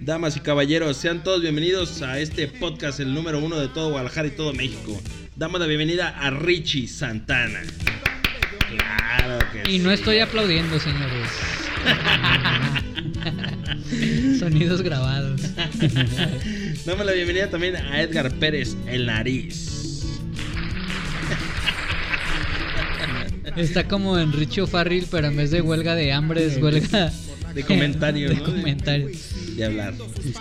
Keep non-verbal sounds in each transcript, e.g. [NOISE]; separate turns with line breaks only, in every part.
damas y caballeros, sean todos bienvenidos a este podcast, el número uno de todo Guadalajara y todo México. Damos la bienvenida a Richie Santana. Claro que sí.
Y no estoy aplaudiendo, señores. [LAUGHS] Sonidos grabados.
[LAUGHS] Damos la bienvenida también a Edgar Pérez, el nariz.
Está como en Richo Farril, pero en vez de huelga de hambre es huelga
De comentario,
[LAUGHS] de
¿no? De-
comentarios.
de hablar.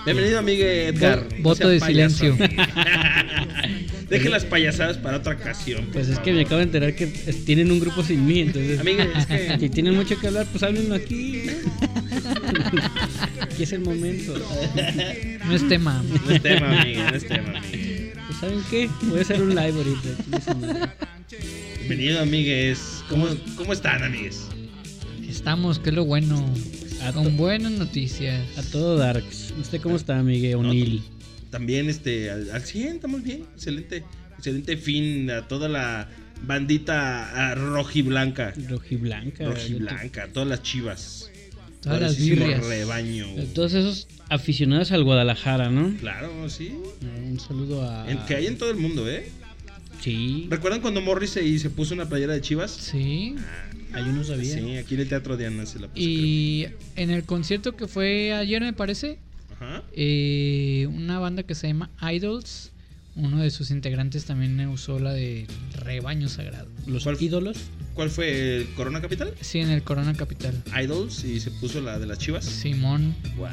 Bienvenido, amigo Edgar.
Vo- voto
No sea
de
payaso,
silencio.
amigo. [LAUGHS] Deje las payasadas para otra ocasión. por
Pues es que
favor.
me acabo de enterar que es- tienen un grupo sin mí, entonces.
Amigo, es que-
Si tienen mucho que hablar, pues háblenlo aquí. [LAUGHS] aquí es el momento.
No es tema.
No es tema, amigo, no es tema, amigo.
Pues, ¿saben qué? Voy a hacer un live ahorita. chingue su madre.
Bienvenido, amigues. ¿Cómo, cómo están, amigues?
Estamos, que es lo bueno.
A to-
Con buenas noticias.
A todo Darks. ¿Usted cómo está, Miguel O'Neill?
También, este, al, al 100, estamos bien. Excelente, excelente fin a toda la bandita ah, rojiblanca.
Rojiblanca.
Rojiblanca, todas las chivas.
Todas las
Poderosísimo
birrias.
rebaño.
De Todos esos aficionados al Guadalajara, ¿no?
Claro, sí.
Un saludo
Ah.
a.
En- que hay en todo el mundo, ¿eh?
Sí.
¿Recuerdan cuando Morrissey se puso una playera de chivas?
Sí.
Ah, yo no sabía.
Sí, aquí en el Teatro Diana se la puso.
Y en el concierto que fue ayer, me parece,
creo. Ajá.
eh, una banda que se llama Idols, uno de sus integrantes también usó la de Rebaño Sagrado.
Los
¿Cuál-
ídolos.
¿Cuál fue el Corona Capital?
Sí, en el Corona Capital.
Idols y se puso la de las chivas.
Simón.
Guau.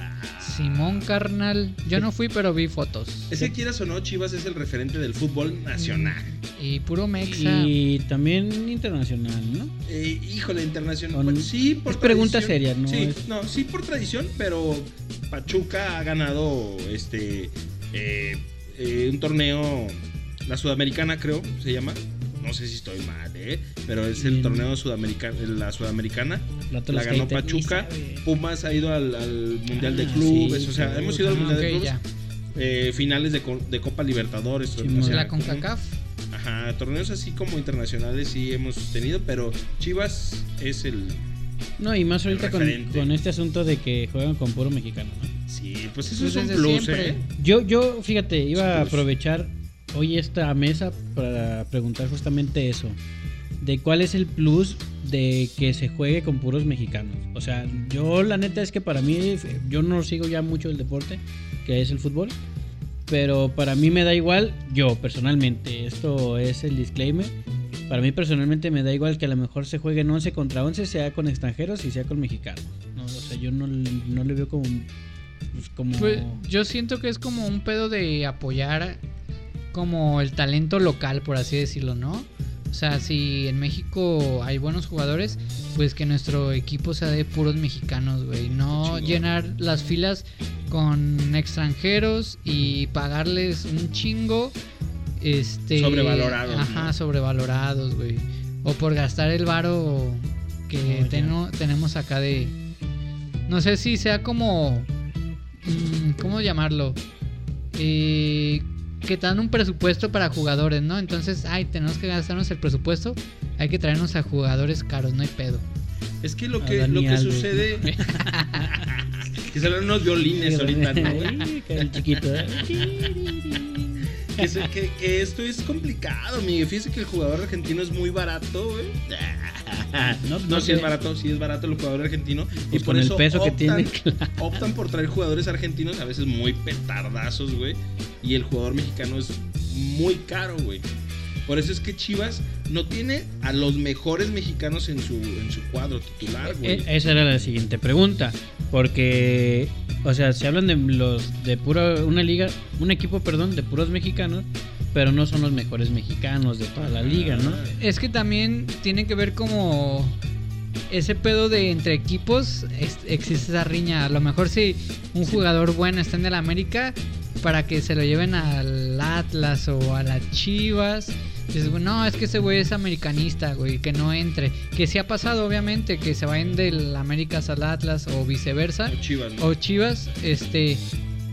Simón Carnal. Yo no fui, pero vi fotos.
Es que quieras o no, Chivas es el referente del fútbol nacional.
Y puro Mexa.
Y también internacional, ¿no?
Eh, híjole, internacional.
Con-
Bueno, sí, por
es pregunta
tradición.
seria, ¿no?
Sí,
Es-
no, sí por tradición, pero Pachuca ha ganado este eh, eh, un torneo, la sudamericana creo, se llama. No sé si estoy mal, ¿eh? Pero es el
Bien.
torneo sudamericano, la sudamericana.
Rato
La
los
ganó
haters.
Pachuca. Pumas ha ido al, al Mundial de
Ah,
Clubes.
sí,
o sea,
claro.
hemos ido al
Ah,
Mundial de
ok,
Clubes.
ya.
eh, finales de, co- de Copa Libertadores.
Sí,
o sea,
la CONCACAF.
Ajá, torneos así como internacionales sí hemos tenido, pero Chivas es el...
No, y más ahorita con,
Referente.
con este asunto de que juegan con puro mexicano, ¿no?
Sí, pues eso es
Pues
un
desde
plus,
siempre.
¿eh?
Yo, yo, fíjate,
Sí,
iba a
pues.
aprovechar hoy esta mesa para preguntar justamente eso. De cuál es el plus de que se juegue con puros mexicanos. O sea, yo la neta es que para mí, yo no sigo ya mucho el deporte, que es el fútbol. Pero para mí me da igual, yo personalmente, esto es el disclaimer. Para mí personalmente me da igual que a lo mejor se jueguen 11 contra 11, sea con extranjeros y sea con mexicanos. No, o sea, yo no, no le veo como... pues, como...
Pues, yo siento que es como un pedo de apoyar como el talento local, por así decirlo, ¿no? O sea, si en México hay buenos jugadores, pues que nuestro equipo sea de puros mexicanos, güey. No
Chingón.
llenar las filas con extranjeros y pagarles un chingo. Este,
Sobrevalorados,
Ajá,
¿no?
sobrevalorados, güey. O por gastar el varo que
No, ya.
teno- tenemos acá de... No sé si sea como... mm, ¿Cómo llamarlo? eh, que te dan un presupuesto para jugadores, ¿no? Entonces, ay, tenemos que gastarnos el presupuesto, hay que traernos a jugadores caros, no hay pedo.
Es que lo
A
que,
Dani
lo que
Alves,
sucede... [LAUGHS] que salen unos violines ahorita, ¿no?
Uy, que el chiquito, ¿eh? [LAUGHS]
Que, se- que- que esto es complicado, Miguel. Fíjese que el jugador argentino es muy barato, güey.
No,
No,
no
sí
sé.
es barato, sí es barato el jugador argentino. y
Pues
por
con el
eso
peso que
optan,
[LAUGHS] tiene,
optan por traer jugadores argentinos, a veces muy petardazos, güey. Y el jugador mexicano es muy caro, güey. Por eso es que Chivas no tiene a los mejores mexicanos en su, en su cuadro titular, güey.
Eh, Esa era la siguiente pregunta. Porque, o sea, se hablan de los de pura una liga, un equipo, perdón, de puros mexicanos, pero no son los mejores mexicanos de toda la liga, ¿no?
Es que también tiene que ver como ese pedo de entre equipos es- existe esa riña. A lo mejor si un jugador bueno está en el América para que se lo lleven al Atlas o a las Chivas. Dices, "Güey, no, es que ese güey es americanista, güey, que no entre. Que sí ha pasado, obviamente, que se vayan del Américas al Atlas o
O
viceversa.
Ah, Chivas, ¿no?
o Chivas, este,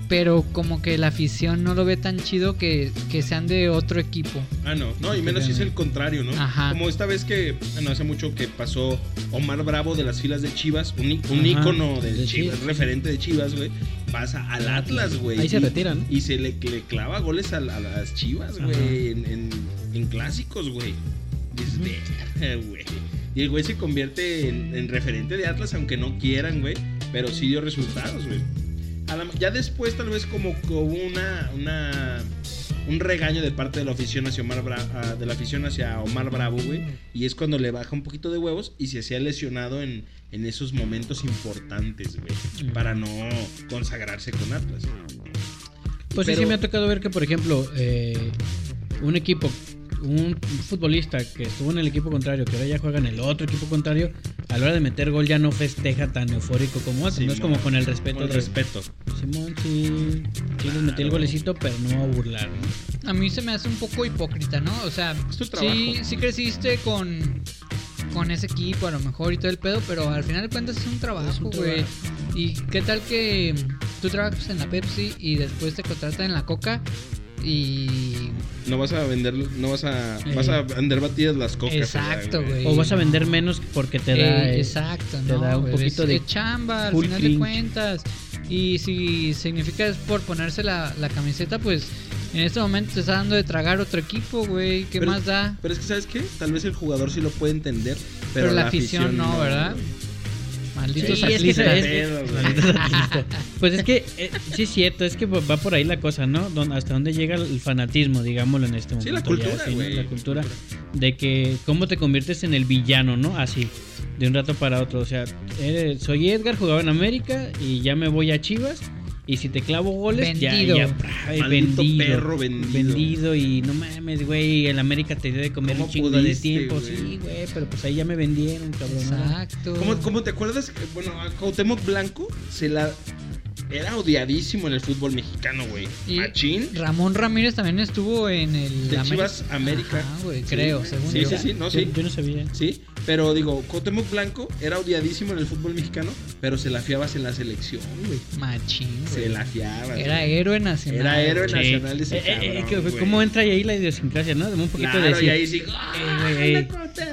pero como que la afición no lo ve tan chido que, que sean de otro equipo.
Ah, no. No, y menos si es el contrario, ¿no?
Ajá.
Como esta vez que, no hace mucho que pasó Omar Bravo de las filas de Chivas, un, i- un
Ajá,
ícono de
de
Chivas,
Chivas.
referente de Chivas, güey. pasa al Atlas, güey.
Ahí se
Y-
retiran.
Y se le, le clava goles a, la- a las chivas,
Ajá.
güey. En, en- en clásicos, güey. Dices, "Verga, güey. Y el güey se convierte en, en referente de Atlas, aunque no quieran, güey. Pero sí dio resultados, güey. A la- ya después, tal vez, como que hubo una, una- un regaño de parte de la afición hacia Omar, Bra- ah, de la afición hacia Omar Bravo, güey. Y es cuando le baja un poquito de huevos y se hacía lesionado en, en esos momentos importantes,
Mm.
güey.
Ujú.
Para no consagrarse con Atlas.
Pues sí,
Pero-
sí me ha tocado ver que, por ejemplo, eh, un equipo, un futbolista que estuvo en el equipo contrario, que ahora ya juega en el otro equipo contrario, a la hora de meter gol ya no festeja tan eufórico como antes.
Sí,
no es
mon.
como con el respeto.
Con
de-
respeto.
Simón, sí. Sí, les metí el
Claro.
golecito, pero no a burlar. ¿no?
A mí se me hace un poco hipócrita, ¿no? O sea,
Es tu
sí,
trabajo.
sí creciste con, con ese equipo a lo mejor y todo el pedo, pero al final de cuentas es un
Es
trabajo,
un
güey.
trabajo.
¿Y qué tal que tú trabajas en la Pepsi y después te contratan en la Coca y...
No vas a vender, no vas a,
Eh.
vas a vender batidas las cocas.
Exacto,
¿verdad,
güey.
O vas a vender menos porque te da.
Eh,
eh,
exacto,
te
¿no?
da un
güey?
poquito
Es-
de
es chamba, al
full
final
cringe.
de cuentas. Y si significa es por ponerse la, la camiseta, pues en este momento te está dando de tragar otro equipo, güey. ¿Qué
Pero-
más da?
Pero es que, ¿sabes qué? Tal vez el jugador sí lo puede entender, pero,
Pero la afición no, ¿verdad?
güey.
Malditos
Sí, es que
atlistas.
se- es-
Pedos, güey.
[LAUGHS] Pues es que, eh, sí es cierto, es que va va por ahí la cosa, ¿no? Don- hasta dónde llega el fanatismo, digámoslo en este momento.
Sí, la
ya,
cultura,
sí, ¿no?
güey.
La cultura de que cómo te conviertes en el villano, ¿no? Así, de un rato para otro. O sea, eres- soy Edgar, jugaba en América y ya me voy a Chivas. Y si te clavo goles,
Vendido.
ya, ya ay,
Maldito
vendido,
perro vendido.
vendido, y no mames, güey, el América te dio de comer
¿Cómo
un chingo de
pudiste,
tiempo,
güey?
sí, güey, pero pues ahí ya me vendieron, cabrón. ¿no?
Exacto.
¿Cómo, cómo te acuerdas? que, Bueno, a Cuauhtémoc Blanco se la... Era odiadísimo en el fútbol mexicano, güey.
Y-
Machín.
Ramón Ramírez también estuvo en el
De
Ameri-
Chivas América.
Ajá, güey,
Sí,
creo,
güey.
según
Sí,
yo.
sí, sí, no, sí.
Yo, yo no sabía.
Sí, pero digo, Cuauhtémoc Blanco era odiadísimo en el fútbol mexicano, pero se la fiabas en la selección, güey.
Machín, güey.
Se la fiabas.
Era
güey.
héroe nacional.
Era héroe
Sí.
nacional ese
Eh, eh, eh,
cabrón,
que-
güey.
¿Cómo entra ahí la idiosincrasia, no? Dame un poquito de
Claro,
decir,
y ahí sí.
"Eh, güey, eh,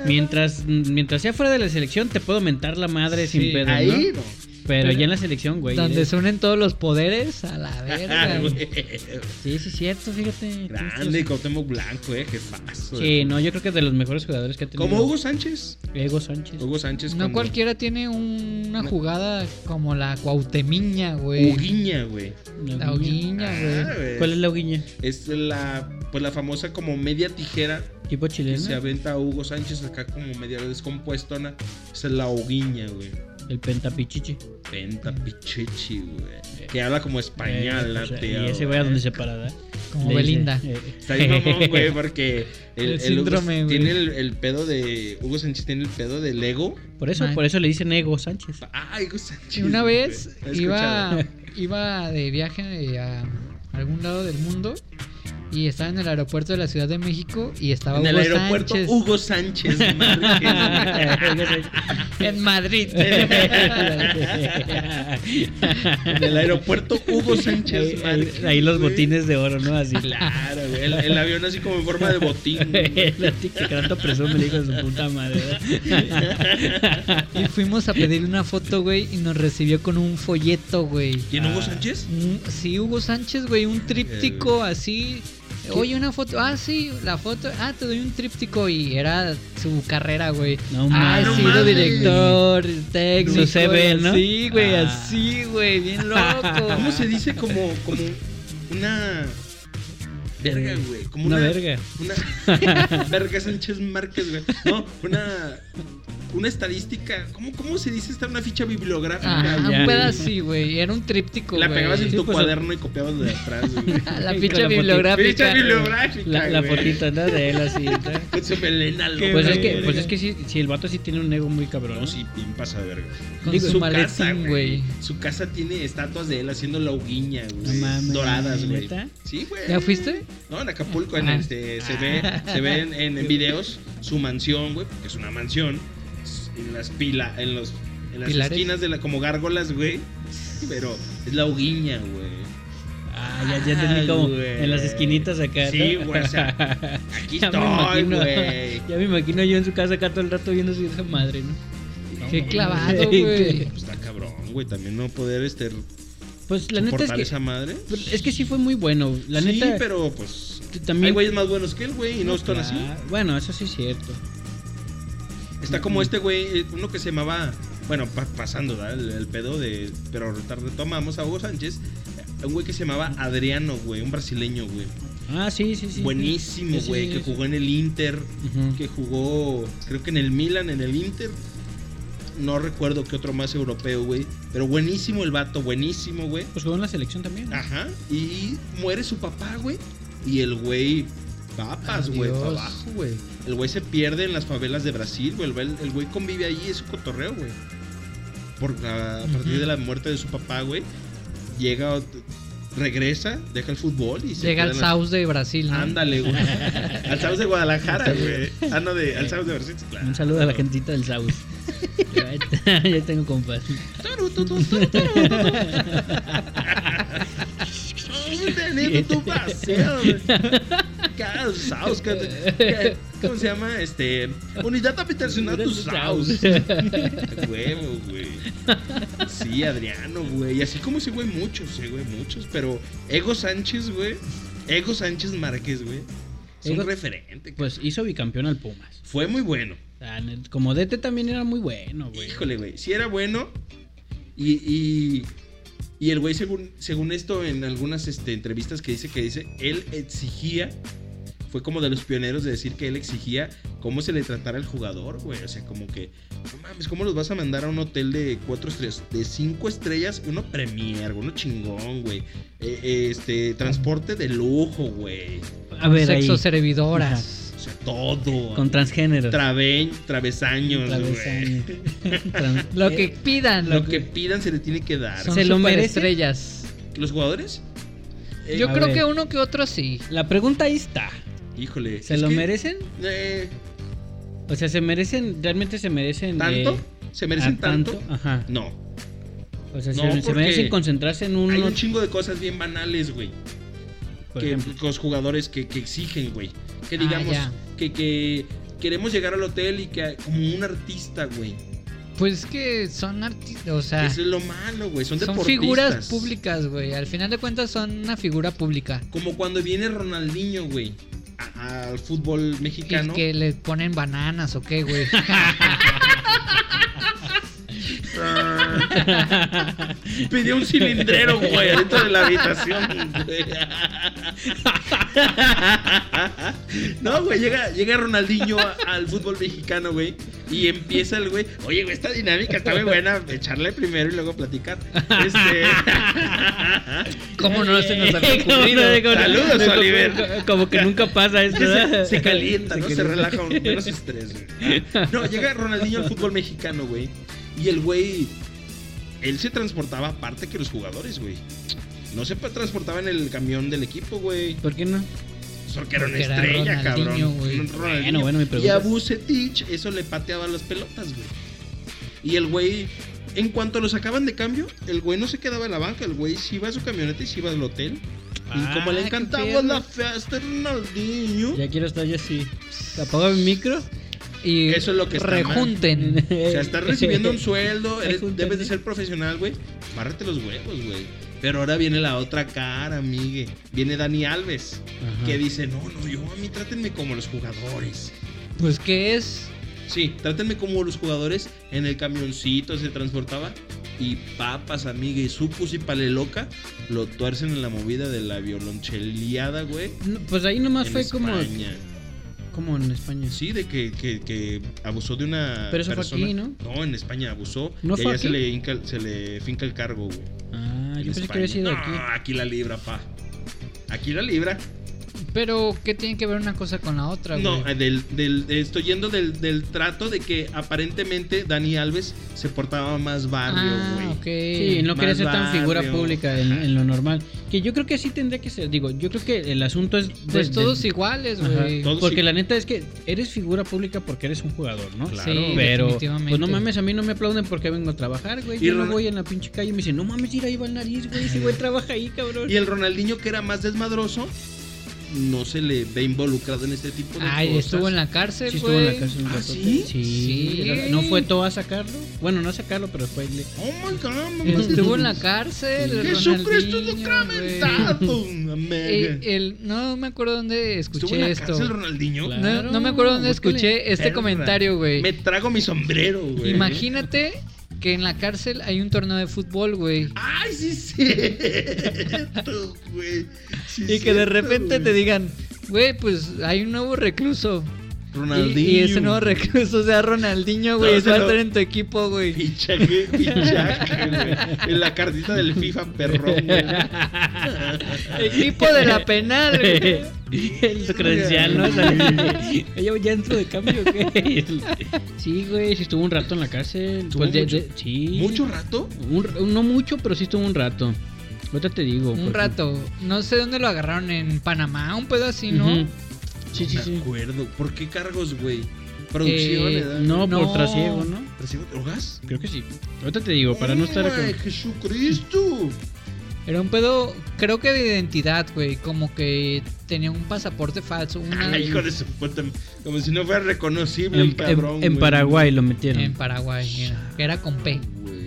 Mientras, mientras sea fuera de la selección, te puedo mentar la madre
Sí,
sin pedo, ¿no?
Ahí, no.
Pero,
Pero-
ya en la selección, güey.
Donde
eh.
se unen todos los poderes
[LAUGHS]
a la
Ah,
verga. güey.
Sí, sí, es cierto, fíjate.
Grande, Cuauhtémoc Blanco, eh, jefazo.
Sí, no, yo creo que es de los mejores jugadores que ha tenido.
Como Hugo Sánchez.
Diego Sánchez.
Hugo Sánchez.
No
cuando-
cualquiera tiene una
No.
jugada como la Cuautemiña, güey.
Huguiña, güey.
La Uguiña,
Ah,
güey.
güey.
¿Cuál es la Uguiña?
Es la, pues la famosa como media tijera
¿Tipo
que
chileno?
se aventa a Hugo Sánchez acá como media descompuestona. Esa es la hoguiña, güey.
El pentapichichi.
Penta pichichi, güey. Que habla como español,
Eh, o sea,
la tía,
y ese güey a donde se parada.
Como
Le dice,
Belinda.
eh,
Está bien
[LAUGHS]
mamón, güey, porque el,
El
el
síndrome,
Hugo,
güey.
tiene el, el pedo de. Hugo Sánchez tiene el pedo del ego.
Por eso,
Ay.
por eso le dicen Ego Sánchez.
[LAUGHS]
[LAUGHS]
Ay, Hugo Sánchez.
Y una
güey.
vez
He
iba,
escuchado.
iba de viaje a algún lado del mundo y estaba en el aeropuerto de la Ciudad de México y estaba
En
Hugo
el aeropuerto
Sánchez
Hugo Sánchez.
[LAUGHS]
Márquez, güey.
en
[LAUGHS]
Madrid.
En el aeropuerto Hugo
Ahí-
Sánchez.
ahí,
Márquez,
Eh, ahí los
güey.
botines de oro, ¿no? Así. [LAUGHS]
Claro, güey. El, el avión así como en forma de botín. güey.
El anti- que tanto presume el hijo de su puta madre.
y fuimos a pedir una foto, güey, y nos recibió con un folleto, güey.
¿Quién Hugo
Ah.
Sánchez?
Un- Mm, Sí, Hugo Sánchez, güey, un tríptico
Eh,
así. Oye, una foto. Ah, sí, la foto. Ah, te doy un tríptico y era su carrera, güey.
No
ah,
mames.
he
no
sido
mames.
director, técnico.
Su CV, ¿no?
Sí, güey,
Ah.
así, güey,
[LAUGHS]
bien loco.
¿Cómo se dice como, como una verga, güey? Como
Una verga. [LAUGHS]
Una verga Sánchez Márquez, güey. No, una una estadística. ¿Cómo, cómo se dice esta una ficha bibliográfica?
Ah,
güey?
ya.
un pedazo, sí, güey. Era un tríptico,
La
güey. Ah,
pegabas en
Sí,
tu
pues,
cuaderno y copiabas lo de atrás, güey. [LAUGHS]
La
Con
ficha
[LAUGHS] la
bibliográfica.
Ficha bibliográfica.
La, la
güey.
fotita, ¿no? De él así. ¿no?
Con su melena loca,
Pues es
güey.
que, pues es que sí, sí, el vato sí tiene un ego muy cabrón.
No, sí, bien pasa de verga.
Con
Digo,
su maletín, güey.
Su casa tiene estatuas de él haciendo la hoguiña,
No
güey.
mames,
doradas, güey.
¿neta?
Sí, güey.
¿Ya fuiste?
No, en Acapulco, en
Ah.
este, se ve, se ve en, en- en videos su mansión, güey, porque es una mansión. s- En las pila, en los, en las
Pilares.
esquinas de la, como gárgolas, güey. Pero es la hoguiña, güey.
Ah, ya, ya entendí
Ay,
como
güey.
en las esquinitas acá. ¿no?
Sí, güey, o
[LAUGHS]
sea, aquí
Ya me
estoy,
imagino.
güey.
Ya me imagino yo en su casa acá todo el rato viendo su esa madre, ¿no?
No,
Qué
no,
clavado,
Sí,
güey.
Pues está cabrón, güey, también no poder este
Pues la neta es
soportar
que.
esa madre.
Es que sí fue muy bueno. La
sí,
neta.
pero pues.
t-
Hay
También.
güeyes más buenos que él, güey, y no están así.
Ah, Bueno, eso sí es cierto.
Está como este güey, eh, uno que se llamaba, bueno, pa- pasando ¿verdad? el, el pedo de, pero retomamos a Hugo Sánchez, eh, un güey que se llamaba Adriano, güey, un brasileño, güey.
Ah, sí, sí, sí.
Buenísimo,
Sí, sí,
güey,
sí,
que
sí.
jugó en el Inter,
Ujú.
que jugó, creo que en el Milan, en el Inter. No recuerdo qué otro más europeo, güey. Pero buenísimo el vato, buenísimo, güey.
Pues jugó en la selección también.
Ajá. Y muere su papá, güey. Y el güey. Papas, güey,
Adiós.
para abajo, güey. El güey se pierde en las favelas de Brasil, güey. El güey- El güey convive ahí, es su cotorreo, güey. Por, a, a partir de la muerte de su papá, güey. Llega, ot- regresa, deja el fútbol y se
Llega
queda
al
en la-
South de Brasil, ¿no?
Ándale, güey. al Saus de Guadalajara, güey. Ah, no, de, al Saus de Brasil, claro.
Un saludo a la gentita
[LAUGHS]
del Saus. ya ya tengo compas. [LAUGHS]
Estamos teniendo tu paseo, güey. Cada Saus, cada- cada- ¿Cómo se llama? Este. Unidad habitacional
Unidad
tu
de
Saus.
Saus.
A Huevo, güey. Sí, Adriano, güey. Y así como ese güey, muchos, eh, güey, muchos. Pero Ego Sánchez, güey. Ego Sánchez Márquez, güey. Es un
Ego-
referente. güey.
Pues hizo bicampeón al Pumas.
Fue muy bueno.
Ah, ne- Como DT también era muy bueno, güey.
Híjole, güey. Si era bueno. Y, y, y el güey, según, según esto, en algunas este, entrevistas que dice que dice, él exigía. Fue como de los pioneros de decir que él exigía cómo se le tratara al jugador, güey. O sea, como que, no mames, ¿cómo los vas a mandar a un hotel de cuatro estrellas, de cinco estrellas, uno premier, güey, uno chingón, güey? Eh, eh, este, transporte de lujo, güey.
A ver, ahí.
Sexo servidoras.
O sea, todo.
Con transgénero.
Traveñ, travesaños, güey.
Travesaño.
[LAUGHS]
Tran-
Lo que pidan.
Lo que pidan se le tiene que dar.
son
Eh, ¿Se lo merece?
estrellas.
¿Los jugadores? Eh,
Yo
a
creo
ver.
que uno que otro sí.
La pregunta ahí está.
Híjole.
¿Se
es
lo
que,
merecen?
eh,
O sea, ¿se merecen? ¿Realmente se merecen?
¿Tanto?
eh,
¿Se merecen
a
tanto?
Ajá.
No.
O sea,
No,
se, se
porque
merecen concentrarse en un...
Hay un chingo de cosas bien banales, güey.
por
Que
ejemplo.
los jugadores que, que exigen, güey. Que
Ah,
digamos
ya.
que, que queremos llegar al hotel y que como un artista, güey.
Pues es que son artistas, o sea,
Eso es lo malo, güey. Son,
Ah. son
deportistas.
figuras públicas, güey. Al final de cuentas son una figura pública.
Como cuando viene Ronaldinho, güey. a- Al fútbol
Y
mexicano.
que le ponen bananas o qué, güey.
[LAUGHS] Pidió un cilindrero, güey, dentro de la habitación, güey. No, güey, llega, llega Ronaldinho a- al fútbol mexicano, güey. Y empieza el güey. Oye, güey, esta dinámica está muy buena. Echarle primero y luego platicar. Este.
[LAUGHS] ¿Cómo no se
[LAUGHS]
nos había
Como-
ocurrido?
como-
Saludos,
[LAUGHS] como-
Oliver.
Como que nunca pasa
Es
esto.
que
¿verdad?
se, se calienta, ¿no? Se
calienta.
relaja, un- menos estrés, güey. No, llega Ronaldinho al fútbol mexicano, güey. Y el güey. Él se transportaba aparte que los jugadores, güey. No se pa- transportaba en el camión del equipo, güey.
¿Por qué no?
Porque era una
Porque era
estrella,
Ronaldinho,
cabrón.
güey.
Un Ronaldinho.
Bueno, bueno, mi
y a
pregunta. es-
Bucetich, eso le pateaba las pelotas, güey. Y el güey, en cuanto lo sacaban de cambio, el güey no se quedaba en la banca. El güey se iba a su camioneta y se iba al hotel. y como le
Ah, qué
encantaba
perro.
la fiesta a Ronaldinho.
Ya quiero estar yo así. Apago mi micro.
Y
Eso es lo que está mal.
rejunten.
O
Eh,
sea, estás
[LAUGHS]
recibiendo un sueldo, eres-
Júntate.
debes de ser profesional, güey. Bárrate los huevos, güey. Pero ahora viene la otra cara, amigue. Viene Dani Alves,
Ajá.
que dice, no, no, yo a mí trátenme como los jugadores.
Pues que es
Sí, trátenme como los jugadores en el camioncito se transportaba. Y papas, amigue, y supus y paleloca lo tuercen en la movida de la violoncheliada, güey.
No, Pues ahí nomás
en
fue
España.
como. Como en España.
Sí, de que, que- que abusó de una.
Pero eso fue aquí, ¿no?
No, en España abusó.
¿No
y
fue
allá se
aquí?
le, hinca- se le finca el cargo, güey.
Ah,
en
yo pensé que
España.
había sido
no,
aquí.
aquí la libra, pa. Aquí la libra.
Pero, ¿qué tiene que ver una cosa con la otra, güey?
No, eh, del, del- estoy yendo del, del trato de que aparentemente Dani Alves se portaba más barrio, güey.
ah, ok.
Sí, no
más
quería ser tan
barrio.
figura pública en, en lo normal. Que yo creo que sí tendría que ser. Digo, yo creo que el asunto es. de-
Pues
de-
todos iguales,
Ajá.
güey.
Todos
Porque
sí.
la neta es que eres figura pública porque eres un jugador, ¿no?
Claro.
Sí,
Pero,
definitivamente.
pues no mames, a mí no me aplauden porque vengo a trabajar, güey.
Y
Yo no
Ron-
voy en la pinche calle y me dicen, no mames, ir ahí va el nariz, güey. Ese güey trabaja ahí, cabrón.
Y el Ronaldinho, que era más desmadroso, no se le ve involucrado en este tipo de
Ay,
cosas.
estuvo en la cárcel,
Sí estuvo
güey.
en la cárcel. un
¿Ah,
ratote.
sí?
Sí.
Sí.
era- ¿No fue todo a sacarlo? Bueno, no a sacarlo, pero fue... [LAUGHS] le-
Oh my god, mamá.
Estuvo en la cárcel. el
Jesucristo
Ronaldinho,
lo
güey.
cramentado. Amén.
Eh, el- no me acuerdo dónde
Estuvo en la
escuché esto.
cárcel Ronaldinho.
Pues Claro.
No, no me acuerdo dónde
búsquele.
escuché este
Perra.
comentario, güey.
Me trago mi sombrero, güey.
Imagínate que en la cárcel hay un torneo de fútbol, güey.
Ay, sí, cierto, güey. Sí,
Y que de
cierto,
repente
güey.
te digan, güey, pues hay un nuevo recluso. Y,
Ronaldinho.
y ese nuevo recluso sea Ronaldinho, güey.
No,
eso va a
no.
estar en tu equipo, güey.
Fichaje, fichaje, güey. En la cartita del FIFA, perrón, güey.
Equipo de la penal,
[LAUGHS]
güey.
El credencial, ¿no? [LAUGHS] Salí- Yo ya entro de cambio, güey. [LAUGHS] Sí, güey, sí estuvo un rato en la cárcel.
¿Estuvo
Pues de-
mucho?
de- sí.
¿Mucho rato?
Un r- no mucho, pero sí estuvo un rato. Ahorita te digo.
Un
porque-
rato. No sé dónde lo agarraron, en Panamá, un pedo así, ¿no?
Ujú. Sí, sí,
De
sí.
acuerdo. ¿Por qué cargos, güey? Producción,
Eh,
edad.
No,
No.
por trasiego, ¿no?
¿Recibe drogas?
Creo que sí. Ahorita te digo, para no estar acá.
¡Ay, Jesucristo!
Era un pedo, creo que de identidad, güey. Como que tenía un pasaporte falso. Una
Ay, Ah, hijo de su puta. Como si no fuera reconocible el
En, en-
cabrón.
en
güey.
Paraguay lo metieron.
en Paraguay, mira, que era con P.
Güey.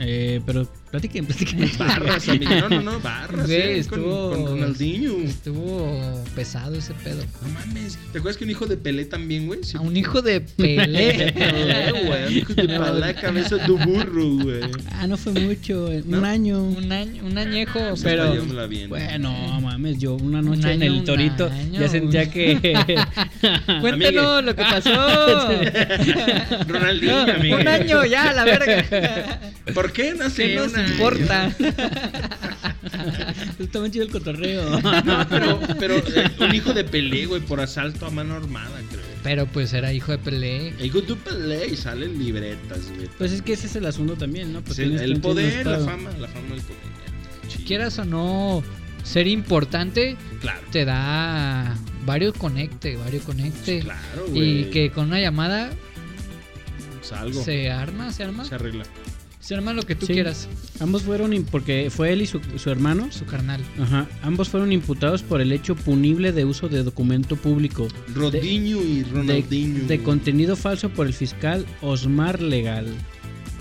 Eh, pero platiquen, platiquen.
Barras, amigo. No, no, no, barras.
Güey,
eh,
estuvo-
con, con Ronaldinho.
Estuvo pesado ese pedo.
No mames. ¿Te acuerdas que un hijo de Pelé también, güey? Sí,
A un hijo de Pelé.
[LAUGHS] Pelé, güey. Un hijo de Pelé, cabeza de burro, güey.
[LAUGHS] Ah, no fue mucho, eh,
¿No?
un año.
un, año, un añejo,
Esa
Pero-
yo me la vi en-
Bueno, mames, yo una noche
Un año,
en el
un
torito
año,
ya sentía
un-
que. [LAUGHS]
[LAUGHS]
Cuéntenos lo que pasó.
Ronaldinho,
No,
amigo.
un año ya, la verga.
¿Por qué? No sé.
¿Qué nos
un año.
importa?
Está bien chido el cotorreo. [LAUGHS]
No, pero, pero eh, un hijo de Pelé, güey, por asalto a mano armada, creo.
Pero pues era hijo de Pelé.
El hijo de Pelé y salen libretas, güey.
Pues es que ese es el asunto también, ¿no? Pues
Sí, el,
tienes tantos
poder, la
estados.
fama, la fama del poder. Sí,
Quieras o no ser importante,
Claro.
te da varios conecte, varios conecte.
Claro, güey.
y que con una llamada
Salgo. Se,
se arma, se arma.
arregla.
Se arma lo que tú
Sí.
quieras,
Ambos fueron, im- porque fue él y su, su hermano.
su carnal.
Ajá. Ambos fueron imputados por el hecho punible de uso de documento público.
Rodinho y
De,
Ronaldinho.
de
güey.
contenido falso por el fiscal Osmar Legal.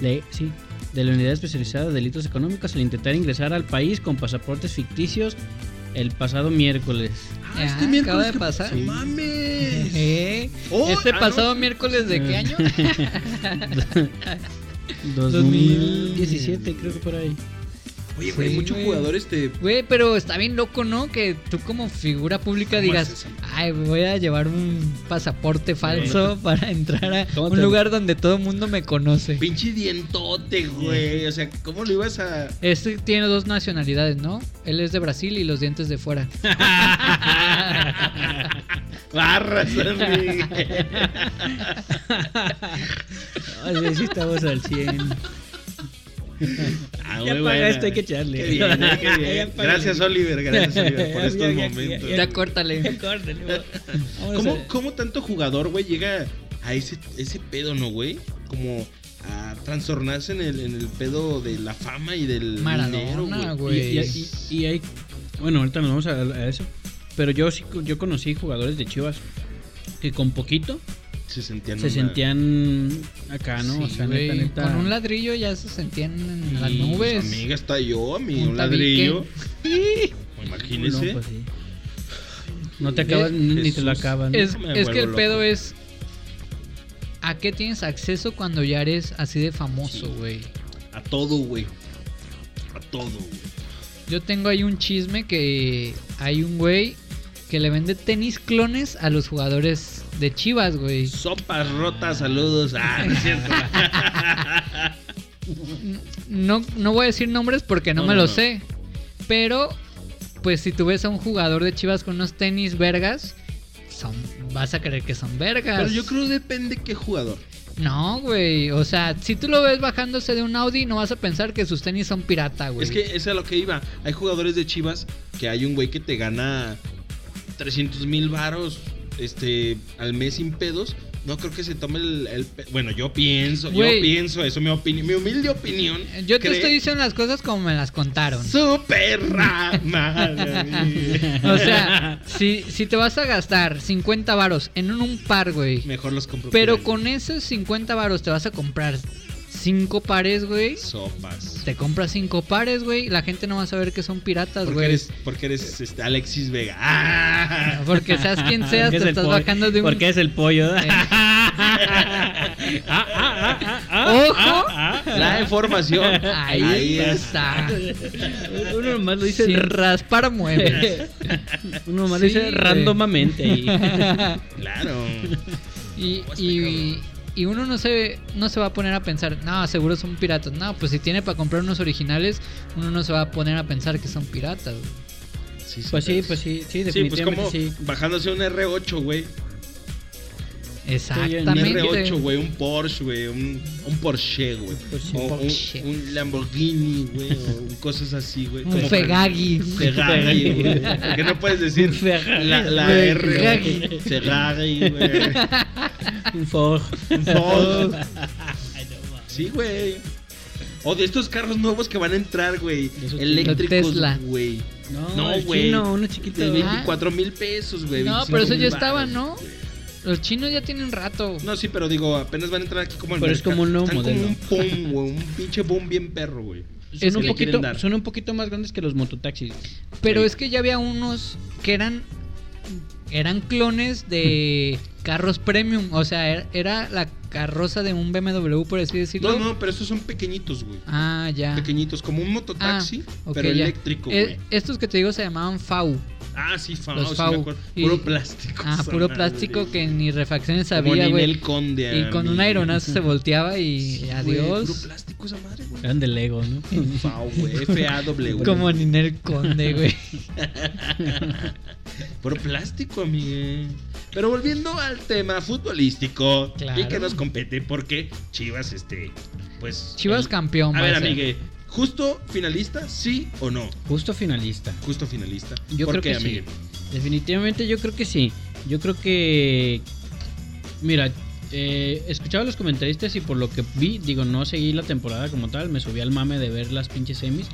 Le- sí. De la Unidad Especializada de Delitos Económicos al intentar ingresar al país con pasaportes ficticios el pasado miércoles.
Ah,
Ya,
este miércoles
acaba de
que pasó,
pasar.
mames.
¿Eh?
Oh,
este
ah, no.
pasado miércoles de qué
Eh. [LAUGHS]
año?
2017, creo que por ahí.
Oye, güey,
Sí,
mucho
güey.
jugador este.
Güey, pero está bien loco, ¿no? Que tú como figura pública
¿Cómo
digas,
haces eso?
ay, voy a llevar un pasaporte falso
[LAUGHS]
para entrar a
¿Cómo
un
te-
lugar donde todo el mundo me conoce.
Pinche dientote, güey. O sea, ¿cómo lo ibas a.?
Este tiene dos nacionalidades, ¿no? Él es de Brasil y los dientes de
[LAUGHS]
fuera.
Barras, güey.
Ay, sí, estamos al [LAUGHS] 100.
Ah,
Ya
muy
paga
buena.
esto, hay que echarle.
Qué bien, güey, qué bien.
[LAUGHS] Ya paga.
Gracias, Oliver. Gracias, Oliver,
[LAUGHS]
por
Ya,
estos
ya, ya,
momentos.
Ya córtale.
¿Cómo, cómo tanto jugador, güey, llega a ese, ese pedo, no, güey? Como a transtornarse en el, en el pedo de la fama y del
Maradona,
dinero,
Y,
güey.
y- y- y hay. Bueno, ahorita nos vamos a, a eso. Pero yo sí yo conocí jugadores de Chivas que con poquito
Se sentían
se
mal.
sentían acá, Ah, ¿no?
Sí,
o sea,
güey,
neta, neta.
Con un ladrillo ya se sentían en
Y,
las
pues,
nubes.
Amiga, está yo, amigo,
Un
un ladrillo.
No,
Imagínese.
pues sí. No te acaban,
Eh,
ni te
Jesús.
lo acaban.
Es,
Me
es que el
vuelvo
pedo
loco.
es a qué tienes acceso cuando ya eres así de famoso,
Sí.
güey.
A todo, güey. A todo, güey.
Yo tengo ahí un chisme que hay un güey que le vende tenis clones a los jugadores de Chivas, güey.
Sopas rotas, saludos. Ah, no es
[LAUGHS]
cierto.
No, no voy a decir nombres porque no,
No,
me
no,
lo
no.
sé. Pero, pues si tú ves a un jugador de Chivas con unos tenis vergas, son, vas a creer que son vergas.
Pero yo creo que depende qué jugador.
No, güey. O sea, si tú lo ves bajándose de un Audi, no vas a pensar que sus tenis son pirata, güey.
Es que es a lo que iba. Hay jugadores de Chivas que hay un güey que te gana 300 mil varos este, al mes sin pedos. No creo que se tome el. el pe- bueno, yo pienso,
Güey.
yo pienso eso, mi opinión, mi humilde opinión.
Yo te
cree-
estoy diciendo las cosas como me las contaron.
Super
[LAUGHS]
madre.
O
[LAUGHS]
sea, si, si te vas a gastar 50 varos en un, un par, güey.
Mejor los compro.
Pero
pirata.
con esos 50 varos te vas a comprar 5 pares, güey. [LAUGHS]
sopas.
Te compras 5 pares, güey. La gente no va a saber que son piratas,
Porque
güey.
eres, porque eres este, Alexis Vega. [LAUGHS] ¡Ah!
Porque seas quien
[LAUGHS]
seas,
Porque
te
es el
estás
pollo-
bajando de un.
Porque es el pollo. [LAUGHS] Ah,
Eh.
ah,
¡Ojo!
La información.
[LAUGHS]
Ahí, está.
Uno nomás lo dice,
Sin raspar [LAUGHS] muebles.
uno nomás
Sí,
lo dice
güey.
randomamente. ahí.
Claro.
Y, y, y uno no se, no se va a poner a pensar, no, seguro son piratas. No, pues si tiene para comprar unos originales, uno no se va a poner a pensar que son piratas. güey.
Sí,
[LAUGHS] Pues sí,
pero-
pues sí,
Sí,
sí,
pues
definitivamente
como
sí.
bajándose un R8, güey. Un
Exactamente.
R8, güey. Un Porsche, güey. Un, un Porsche, güey.
Pues sí,
O un-
Porsche.
Un, Lamborghini, güey. O cosas así, güey.
Un
Como-
Fegagi.
Ferrari, güey. Porque no puedes decir
Ferrari,
la, la
güey.
R. güey. Ferrari, güey.
Un Ford.
[LAUGHS] Un Ford. Sí, güey. O de estos carros nuevos que van a entrar, güey.
De esos
Eléctricos,
Tesla.
güey.
No,
No,
el
güey.
chino, uno chiquito.
De
Ah.
24 mil pesos, güey.
No,
25
pero eso
mil
ya estaba,
baros,
¿no?
güey.
Los chinos ya tienen rato.
No, sí, pero digo, apenas van a entrar aquí como al
Pero es
mercado.
como un nuevo
Están como
modelo.
un boom, güey. Un pinche boom bien perro, güey.
Son,
Es
que
un
le quieren
poquito,
dar.
son un poquito más grandes que los mototaxis.
Pero
Sí.
es que ya había unos que eran eran clones de carros premium, o sea, er- era la carroza de un BMW por así decirlo.
No, no, pero estos son pequeñitos, güey.
Ah, ya.
Pequeñitos, como un mototaxi,
Ah, ok,
pero
ya.
eléctrico,
Eh,
güey.
estos que te digo se llamaban FAU.
Ah, sí, Fau,
los
sí
Fau.
me acuerdo.
Y-
Puro plástico.
Ah,
esa
puro
madre.
plástico que ni refacciones
Como
había,
Ninel
güey.
Conde.
Y con
amigo.
un aeronazo se volteaba y
Sí, güey, Puro
adiós.
plástico esa madre, güey.
Eran de Lego, ¿no?
Fau, güey. F-A-W. [LAUGHS]
Como Ninel Conde, güey.
Por plástico, amigue. Pero volviendo al tema futbolístico
Claro.
y que nos compete, porque Chivas, este, pues.
Chivas
el-
campeón,
A
va
ver,
a ser.
amigue, ¿justo finalista, sí o no?
Justo finalista.
Justo finalista.
Yo
¿Por
creo
qué,
que sí.
amigue?
Definitivamente yo creo que sí. Yo creo que... Mira, eh, escuchaba a los comentaristas y por lo que vi, digo, no seguí la temporada como tal, me subí al mame de ver las pinches semis.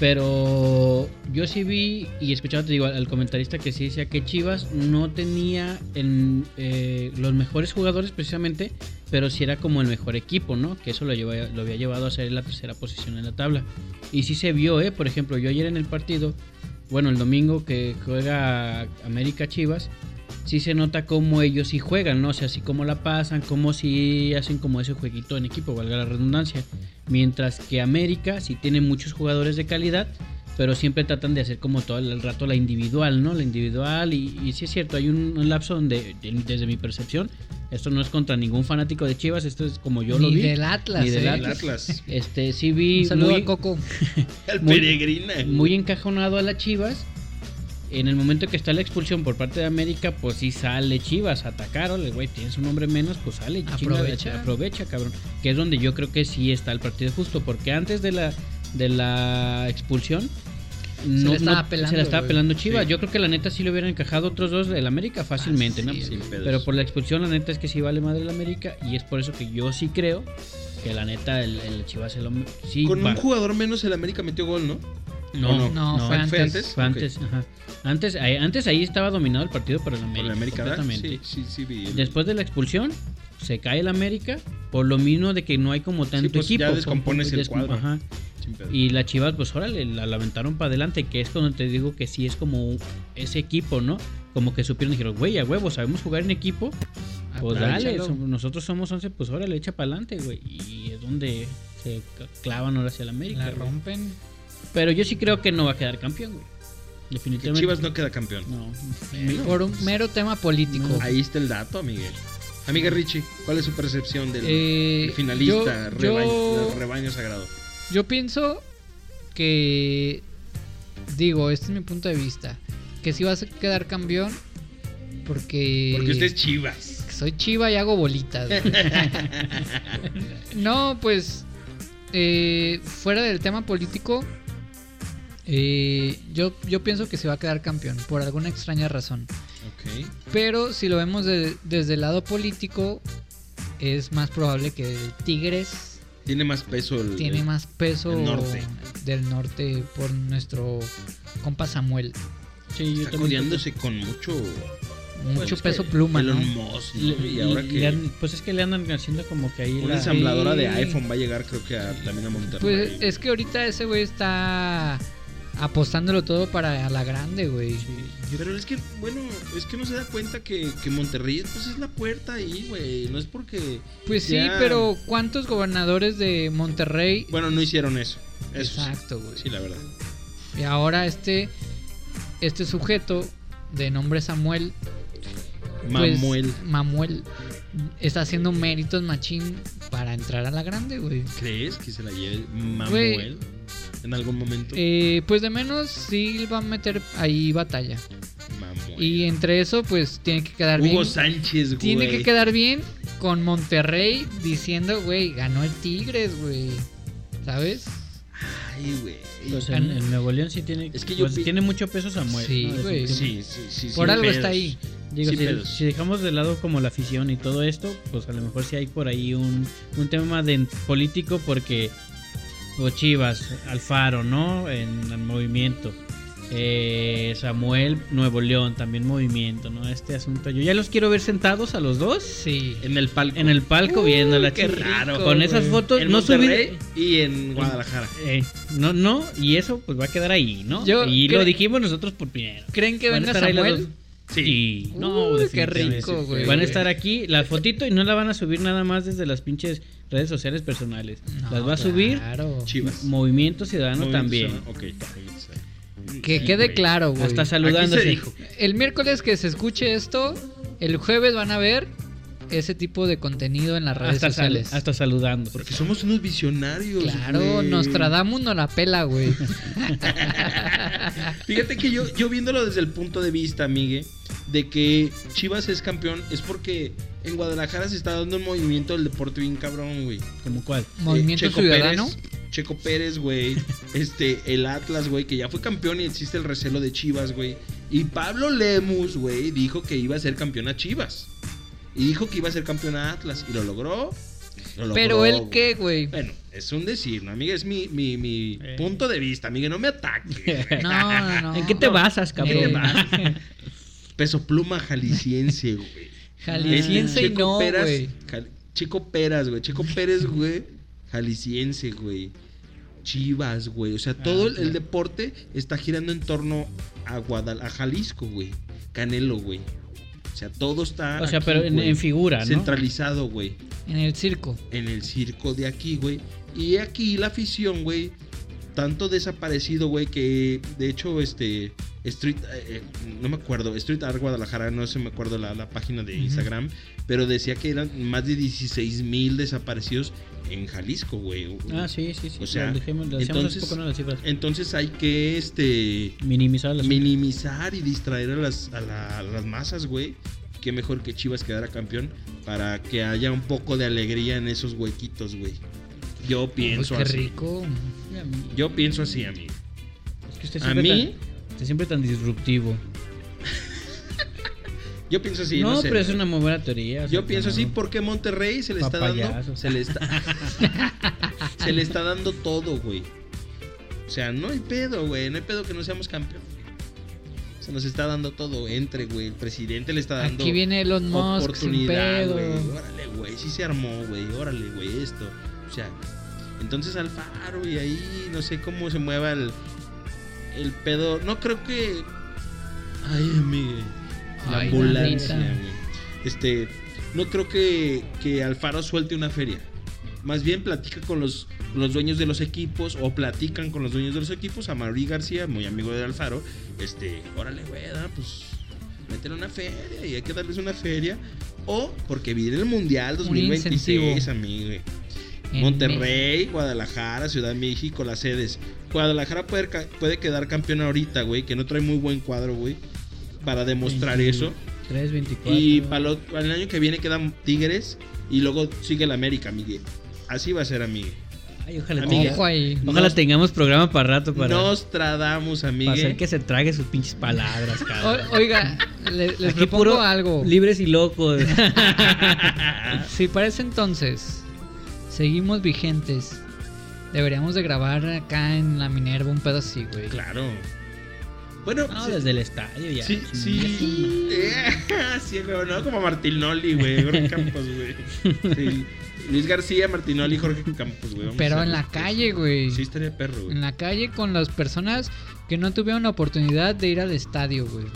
Pero yo sí vi y escuchaba, te digo, al al comentarista que sí decía que Chivas no tenía en, eh, los mejores jugadores precisamente, pero sí era como el mejor equipo, ¿no? Que eso lo, lleva- lo había llevado a ser la tercera posición en la tabla. Y sí se vio, ¿eh? Por ejemplo, yo ayer en el partido, bueno, el domingo que juega América Chivas, sí se nota cómo ellos sí juegan, ¿no? O sea, así cómo la pasan, cómo sí hacen como ese jueguito en equipo, valga la redundancia. Mientras que América sí tiene muchos jugadores de calidad, pero siempre tratan de hacer como todo el rato la individual, ¿no? La individual y, y sí es cierto, hay un, un lapso donde, de- desde mi percepción, esto no es contra ningún fanático de Chivas, esto es como yo lo
ni
vi.
del Atlas,
ni del
eh.
El
Atlas.
Atlas.
Este, sí
Un
vi
saludo
muy-
a Coco.
[LAUGHS] El
Muy-
peregrina.
muy encajonado a las Chivas. En el momento que está la expulsión por parte de América, pues sí sale Chivas a atacar. Ole, güey, tienes un hombre menos, pues sale. chinga,
Aprovecha.
aprovecha, cabrón. Que es donde yo creo que sí está el partido justo, porque antes de la, de la expulsión.
la estaba pelando,
se la estaba
güey.
pelando Chivas.
Sí.
Yo creo que la neta sí le hubieran encajado otros dos del América fácilmente, ¿no?
sí,
Pues,
sin pedos.
Pero por la expulsión, la neta es que sí vale madre el América. Y es por eso que yo sí creo que la neta el, el Chivas se lo. Sí,
Con
va-
un jugador menos el América metió gol, ¿no? ¿O
No,
no?
No,
no,
fue antes.
¿Fue antes?
fue
Ok.
antes, ajá. Antes, ahí, antes ahí estaba dominado el partido por el
Con
América.
el América, ¿verdad?
completamente.
Sí, sí, sí. vi el-
Después de la expulsión, se cae el América por lo mismo de que no hay como tanto
pues, ya
equipo.
descompones el cuadro.
Ajá.
sin pedo.
Y la Chivas, pues órale, la la aventaron para adelante, que es cuando te digo que sí es como ese equipo, ¿no? Como que supieron, dijeron, güey, a huevo, sabemos jugar en equipo.
Ah,
Pues dale,
Aprovechalo.
som- nosotros somos 11, pues órale, echa para adelante, güey. Y es donde se ca- clavan ahora hacia el América.
La
güey.
rompen.
Pero yo sí creo que no va a quedar campeón, güey.
Que
Definitivamente.
Chivas no queda campeón.
No.
Por un mero tema político.
No.
Ahí está el dato, amigue. Amiga Richie, ¿cuál es su percepción del
Eh,
el finalista
yo-
rebaño,
yo-
el rebaño sagrado?
Yo pienso que. Digo, este es mi punto de vista. Que si vas a quedar campeón. Porque.
Porque usted es Chivas.
Soy chiva y hago bolitas. güey.
[LAUGHS]
no, pues. eh, fuera del tema político. eh, yo, yo pienso que se va a quedar campeón. Por alguna extraña razón.
Ok. Ok.
Pero si lo vemos de- desde el lado político, es más probable que Tigres
Tiene más peso el.
tiene más peso
el norte.
del norte por nuestro compa Samuel.
Sí, yo
Está
también.
codeándose con mucho.
Mucho
Pues es
peso
que
pluma, ¿no?
Elon Musk, ¿no?
Le-
Y ahora
le-
que.
le han- pues es que le andan haciendo como que ahí
Una
la-
ensam-
ensambladora de
Sí.
iPhone va a llegar, creo que a- también a Monterrey.
Pues es que ahorita ese güey está apostándolo todo para la grande, güey.
Pero es que, bueno, es que no se da cuenta que, que Monterrey pues, es la puerta ahí, güey. No es porque.
Pues sí,
Ya.
pero ¿cuántos gobernadores de Monterrey?
Bueno, no hicieron eso. Eso sí.
Exacto, güey.
Sí, la verdad.
Y ahora este este sujeto de nombre Samuel pues,
Mamuel.
Mamuel está haciendo méritos machín para entrar a la grande, güey.
¿Crees que se la lleve Mamuel en algún momento?
Eh, pues de menos sí va a meter ahí batalla.
Mamuel.
Y entre eso, pues tiene que quedar
Hugo
bien.
Sánchez, güey.
Tiene que quedar bien con Monterrey diciendo, güey, ganó el Tigres, güey. ¿Sabes?
Ay, güey.
Pues en, en Nuevo León sí tiene,
Es que yo
pues
pi-
tiene mucho peso Samuel.
Sí,
¿no?
güey.
Definitivamente.
Sí, sí, sí.
Por
sí,
algo
pedos.
está ahí.
Digo,
Sin
si,
pedos.
si dejamos de lado como la afición y todo esto, pues a lo mejor sí hay por ahí un, un tema de político porque pues, Chivas, Alfaro, ¿no? En el movimiento. Eh, Samuel, Nuevo León, también movimiento, ¿no? Este asunto. Yo ya los quiero ver sentados a los dos
Sí.
En el palco.
en el palco
Uy,
viendo la
qué
Chivas.
rico,
Con esas
güey.
fotos
En
no subí.
Monterrey y en Guadalajara.
Eh, no, no, y eso pues va a quedar ahí, ¿no?
Yo
y lo
cre-
dijimos nosotros por primero.
¿Creen que
Van a
venga
estar ahí las
Samuel? pues,
dos. Sí.
Uy,
no,
qué
definitivamente.
rico, güey.
Van a estar aquí la fotito y no la van a subir nada más desde las pinches redes sociales personales.
No,
las va
claro.
a subir
Chivas.
Movimiento Ciudadano
Movimiento
también.
Ciudadano. Ok, ahí está.
Que
Sí,
quede
güey.
claro, güey.
Hasta
Aquí se
saludándose.
dijo.
El miércoles que se escuche esto, el jueves van a ver ese tipo de contenido en las redes
Hasta, sal-
sociales.
hasta saludando.
Porque somos unos visionarios.
Claro,
güey.
Nostradamus no la pela, güey.
Fíjate que yo, yo viéndolo desde el punto de vista, Migue, de que Chivas es campeón, es porque en Guadalajara se está dando un movimiento del deporte bien cabrón, güey.
¿Como
[LAUGHS]
cuál?
[LAUGHS] Movimiento
Eh, Checo
Ciudadano.
Pérez- Checo Pérez, güey. Este, el Atlas, güey, que ya fue campeón y existe el recelo de Chivas, güey. Y Pablo Lemus, güey, dijo que iba a ser campeón a Chivas. Y dijo que iba a ser campeón a Atlas. Y lo logró. Lo logró,
Pero él
güey.
qué,
[LAUGHS]
güey.
Bueno, es un decir, ¿no, amiga? Es mi, mi, mi
Eh.
punto de vista, amiga. No me
[LAUGHS]
ataque. güey.
No, no, no.
¿En qué te basas,
¿En qué
cabrón?
te basas?
Peso pluma jalisciense, güey.
Jalisciense
Es
y no,
Checo Peras-
güey.
Jal- Chico Peras, güey. Chico
[LAUGHS]
Pérez, güey. Jalisciense, güey. Chivas, güey. O sea,
Ah,
todo el, el deporte está girando en torno a Guadalajara, a Jalisco, güey. Canelo, güey. O sea, todo está.
O sea,
aquí,
pero en,
güey.
en figura, ¿no?
Centralizado, güey
En el circo.
en el circo de aquí, güey. Y aquí la afición, güey, tanto desaparecido, güey, que de hecho, este, Street, eh, eh, no me acuerdo, Street Art Guadalajara, no se me acuerdo la, la página de
Ujú.
Instagram, pero decía que eran más de 16 mil desaparecidos en Jalisco, güey.
Ah, sí, sí, sí.
O sea,
lo dejemos- lo hacemos
entonces-
un poco, ¿no? las cifras.
Entonces hay que, este,
Minimizar las
minimizar y distraer a las, a la- a las masas, güey. Qué mejor que Chivas quedara campeón para que haya un poco de alegría en esos huequitos, güey. Yo pienso
Uy, qué
así.
rico.
Yo pienso así, amigo.
Es que usted
A
siempre,
mí,
tan, usted siempre tan disruptivo.
yo pienso así.
no,
No, sé,
pero es
güey.
una muy buena teoría. o sea,
Yo pienso
no.
así porque Monterrey se le está dando.
Papayazo.
Se le está.
[LAUGHS]
se le está dando todo, güey. O sea, no hay pedo, güey. No hay pedo que no seamos campeón. Se nos está dando todo. Entre, güey. El presidente le está dando.
Aquí viene Elon Musk sin
oportunidad,
pedo.
güey. Órale, güey, sí se armó, güey. Órale, güey, esto. O sea, entonces Alfaro y ahí no sé cómo se mueva el el pedo. No creo que ay, amigo, la
Ay,
ambulancia,
nanita.
güey. Este, no creo que que Alfaro suelte una feria. Más bien platica con los, con los dueños de los equipos o platican con los dueños de los equipos. A Mauri García, muy amigo de Alfaro, este, órale, güey, da, pues métele una feria y hay que darles una feria. O porque viene el Mundial
Un
2026,
incentivo.
amigo. güey.
En
Monterrey, Guadalajara, Ciudad de México, las sedes. Guadalajara puede, ca- puede quedar campeón ahorita, güey, que no trae muy buen cuadro, güey, para demostrar eso.
3.24.
Y para, lo- para el año que viene quedan Tigres y luego sigue el América, Miguel. Así va a ser, amigo.
Ay, ojalá,
Amiga.
tenga-
Ojo ahí.
ojalá
Nos-
tengamos programa para rato para,
Nostradamus,
para
amigue.
hacer que se trague sus pinches palabras, cabrón.
O- oiga, le- les
Aquí
propongo
puro
algo. Ah.
Libres y locos.
Si para ese entonces seguimos vigentes, deberíamos de grabar acá en la Minerva un pedo así, güey.
Claro. Bueno,
No,
sí-
desde el estadio ya.
sí, sí. [LAUGHS] Eh, sí, güey, no, como Martinoli, güey. Jorge Campos, güey. Sí. Luis García, Martinoli, Jorge Campos, güey. vamos a
Pero en
hacerlo.
la calle, güey.
Sí, estaría perro, güey.
En la calle con las personas que no tuvieron la oportunidad de ir al estadio, güey.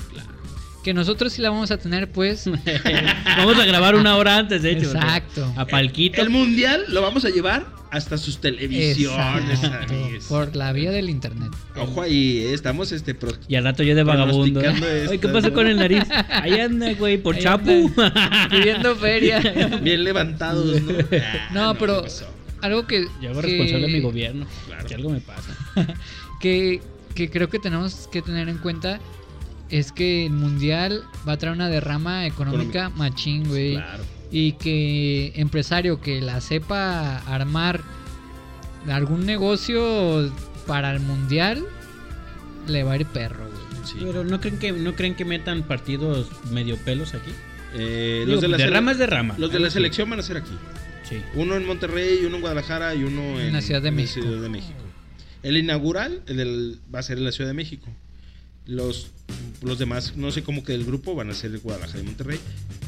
Que nosotros sí la vamos a tener,
[LAUGHS]
pues.
Vamos a grabar una hora antes, de hecho.
Exacto.
A Palquito.
El mundial lo vamos a llevar hasta sus televisiones,
Exacto,
amigues.
Por la vía del internet.
Ojo ahí, eh, estamos este pro-
Y al rato yo de vagabundo.
Pronosticando
Ay, ¿qué
esto,
pasó
¿no?
con el nariz? Ahí anda, güey, por
Ahí
chapu.
Pidiendo
[LAUGHS]
feria.
bien levantados, ¿no? Ah,
[LAUGHS] No, pero-
¿qué pasó?
Algo que.
[LAUGHS] Yo hago
que-
responsable de mi gobierno.
Claro.
Que algo me pasa.
que, que creo que tenemos que tener en cuenta es que el mundial va a traer una derrama económica machín, güey.
Claro.
Y que empresario que la sepa armar algún negocio para el mundial, le va a ir perro, güey.
Sí.
Pero ¿no creen, que, ¿no creen que metan partidos medio pelos aquí?
Eh,
Digo,
los de la sele-
rama es de rama.
los de la selección van a ser aquí.
Sí.
Uno en Monterrey, uno en Guadalajara y uno en,
En la Ciudad de México.
Ciudad de México. El inaugural el del- va a ser en la Ciudad de México. Los, los demás, no sé cómo que del grupo, van a ser Guadalajara y Monterrey.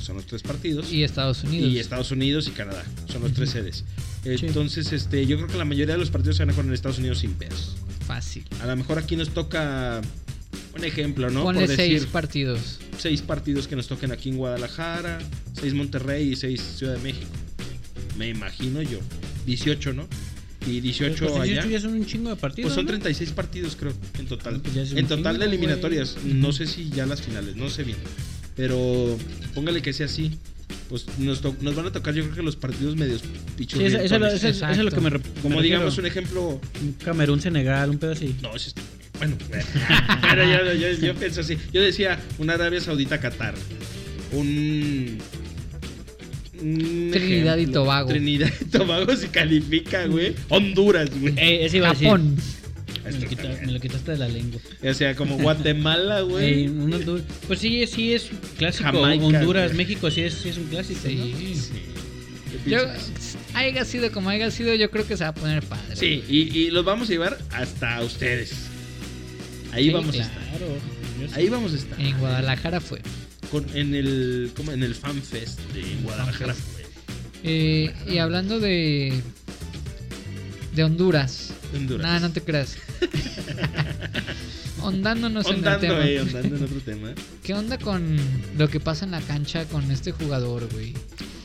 Son los tres partidos.
Y Estados Unidos.
y Estados Unidos y Canadá. Son los tres sedes. Entonces, este, yo creo que la mayoría de los partidos se van a jugar en Estados Unidos sin pedos.
Fácil.
A lo mejor aquí nos toca un ejemplo, ¿no?
Ponle
Por
seis
decir
partidos.
seis partidos que nos toquen aquí en Guadalajara, seis Monterrey y seis Ciudad de México. Me imagino yo. 18, ¿no? Y 18
Pues 18
allá.
ya son un chingo de partidos.
Pues son
¿no?
36 partidos, creo, en total.
Ah, pues ya es un
en total de
chingo,
eliminatorias.
güey.
No sé si ya las finales, no sé bien. Pero póngale que sea así. Pues nos, to- nos van a tocar, yo creo que los partidos medios
Sí, eso, eso-
pichurrientones.
eso- eso es lo que me re-
Como
me
digamos un
refiero.
ejemplo.
un Camerún, Senegal, un pedo así.
No, eso está- Bueno, [LAUGHS] pero yo, yo, yo pienso así. Yo decía una Arabia Saudita Qatar. Un. un
Trinidad y Tobago.
Trinidad y Tobago se califica, güey. Honduras, güey.
Eh, ese iba a decir.
Japón.
Me lo, quita- me lo quitaste de la lengua.
O sea, como Guatemala,
Eh,
güey.
un Hondur- Pues sí, sí es un clásico.
Jamaica,
Honduras,
güey.
México, sí es, sí es un clásico. ¿no?
Sí.
Sí. ¿Qué
Yo,
piensas?
haya sido como haya sido, yo creo que se va a poner padre.
Sí, y, y los vamos a llevar hasta ustedes. Ahí
Sí,
vamos a estar.
Claro. yo sí.
Ahí vamos a estar.
En Guadalajara fue.
Con- en el. ¿cómo? En el FanFest de Guadalajara, güey.
Eh, y hablando de. de Honduras.
de Honduras.
Nada, no
[LAUGHS]
te creas. Ondándonos
Ondando,
en el tema.
eh, ondando en otro tema.
¿Qué onda con lo que pasa en la cancha con este jugador, güey?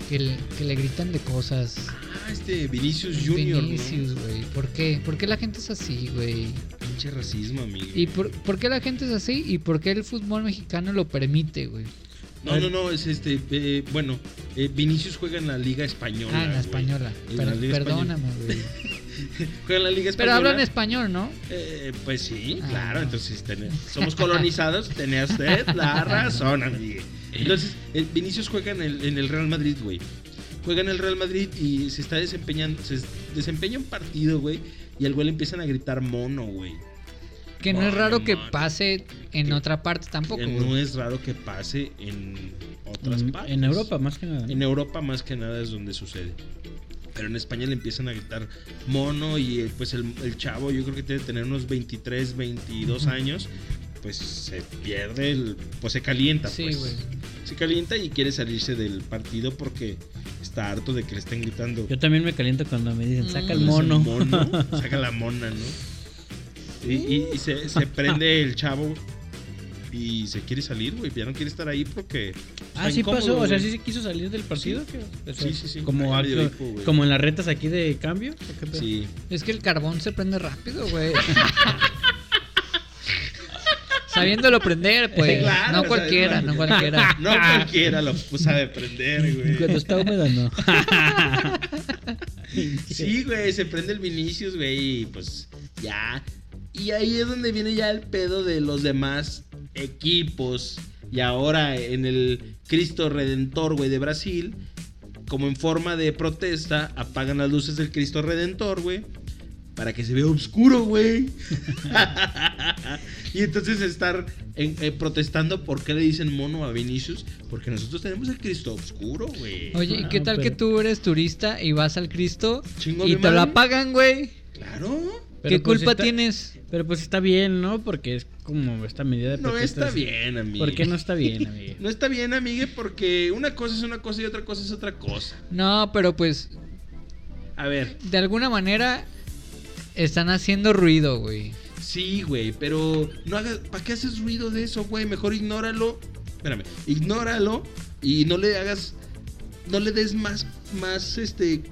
Que le, que le gritan de cosas.
Ah, este Vinicius Junior. ¿no?
Vinicius, güey. ¿Por qué? ¿Por qué la gente es así, güey?
Pinche racismo, amigo.
¿Y por, por qué la gente es así? ¿Y por qué el fútbol mexicano lo permite, güey?
No, no, no, es este. eh, bueno, eh, Vinicius juega en la Liga Española.
Ah, en la
güey.
española.
En
Per-
la Liga
perdóname,
[LAUGHS]
güey.
Juega en la Liga
Pero
Española.
hablan español, ¿no?
Eh, pues sí,
Ah.
claro, entonces ten- somos
[LAUGHS]
colonizados, tenía usted la razón, amigo. Entonces, eh, Vinicius juega en el, en el Real Madrid, güey. Juega en el Real Madrid y se está desempeñando, se es- desempeña un partido, güey, y al güey le empiezan a gritar mono, güey.
Que no es
No,
raro
no,
que
no.
pase en otra parte tampoco,
Que
güey.
no es raro que pase en otras
En,
partes.
en Europa, más que nada.
En Europa más que nada es donde sucede. Pero en España le empiezan a gritar mono y eh, pues el, el chavo yo creo que debe tener unos 23, 22 años. Pues se pierde, el, pues se calienta.
Sí,
pues.
güey.
Se calienta y quiere salirse del partido porque está harto de que le estén gritando.
Yo también me caliento cuando me dicen,
Mm.
saca
"Eres
el
un
mono.
mono,
[LAUGHS]
Saca la mona, ¿no? Y, y- y se, se prende el chavo y se quiere salir, güey. Ya no quiere estar ahí porque...
Ah,
está
sí
incómodo,
pasó, o sea,
güey.
sí se quiso salir del partido.
Sí.
¿qué? O sea,
Sí, sí, sí.
Como,
Ay, medio
acto-
hipo, güey.
como en las retas aquí de cambio. ¿o qué pedo?
Sí.
Es que el carbón se prende rápido,
[LAUGHS]
güey. Sabiéndolo prender, pues.
Claro, o
no
sea,
cualquiera,
es
no
la- [LAUGHS]
cualquiera.
No cualquiera lo pues, sabe prender,
[LAUGHS] Cuando
güey.
está húmedo, [LAUGHS] no.
[LAUGHS] Sí, güey, se prende el Vinicius, güey, y pues ya. Y ahí es donde viene ya el pedo de los demás equipos. Y ahora en el Cristo Redentor, güey, de Brasil, como en forma de protesta, apagan las luces del Cristo Redentor, güey. para que se vea oscuro, güey. [LAUGHS] y entonces estar en- eh, protestando por qué le dicen mono a Vinicius, porque nosotros tenemos el Cristo oscuro, güey.
Oye, ¿y qué
Ah,
tal que
pero-
tú eres turista y vas al Cristo
Chingo
y
mi
te lo
madre.
apagan, güey?
Claro.
Pero
¿Qué
pues
culpa
está-
tienes?
Pero pues está bien, ¿no? Porque es como esta medida de
No
protesta
está
es-
bien, amigo.
¿Por qué no está bien, amigo?
No está bien, amigue, porque una cosa es una cosa y otra cosa es otra cosa.
No, pero pues
A ver,
de alguna manera están haciendo ruido, güey.
sí, güey, pero no hagas, ¿para qué haces ruido de eso, güey? Mejor ignóralo. Espérame, ignóralo y no le hagas, no le des más, más, este,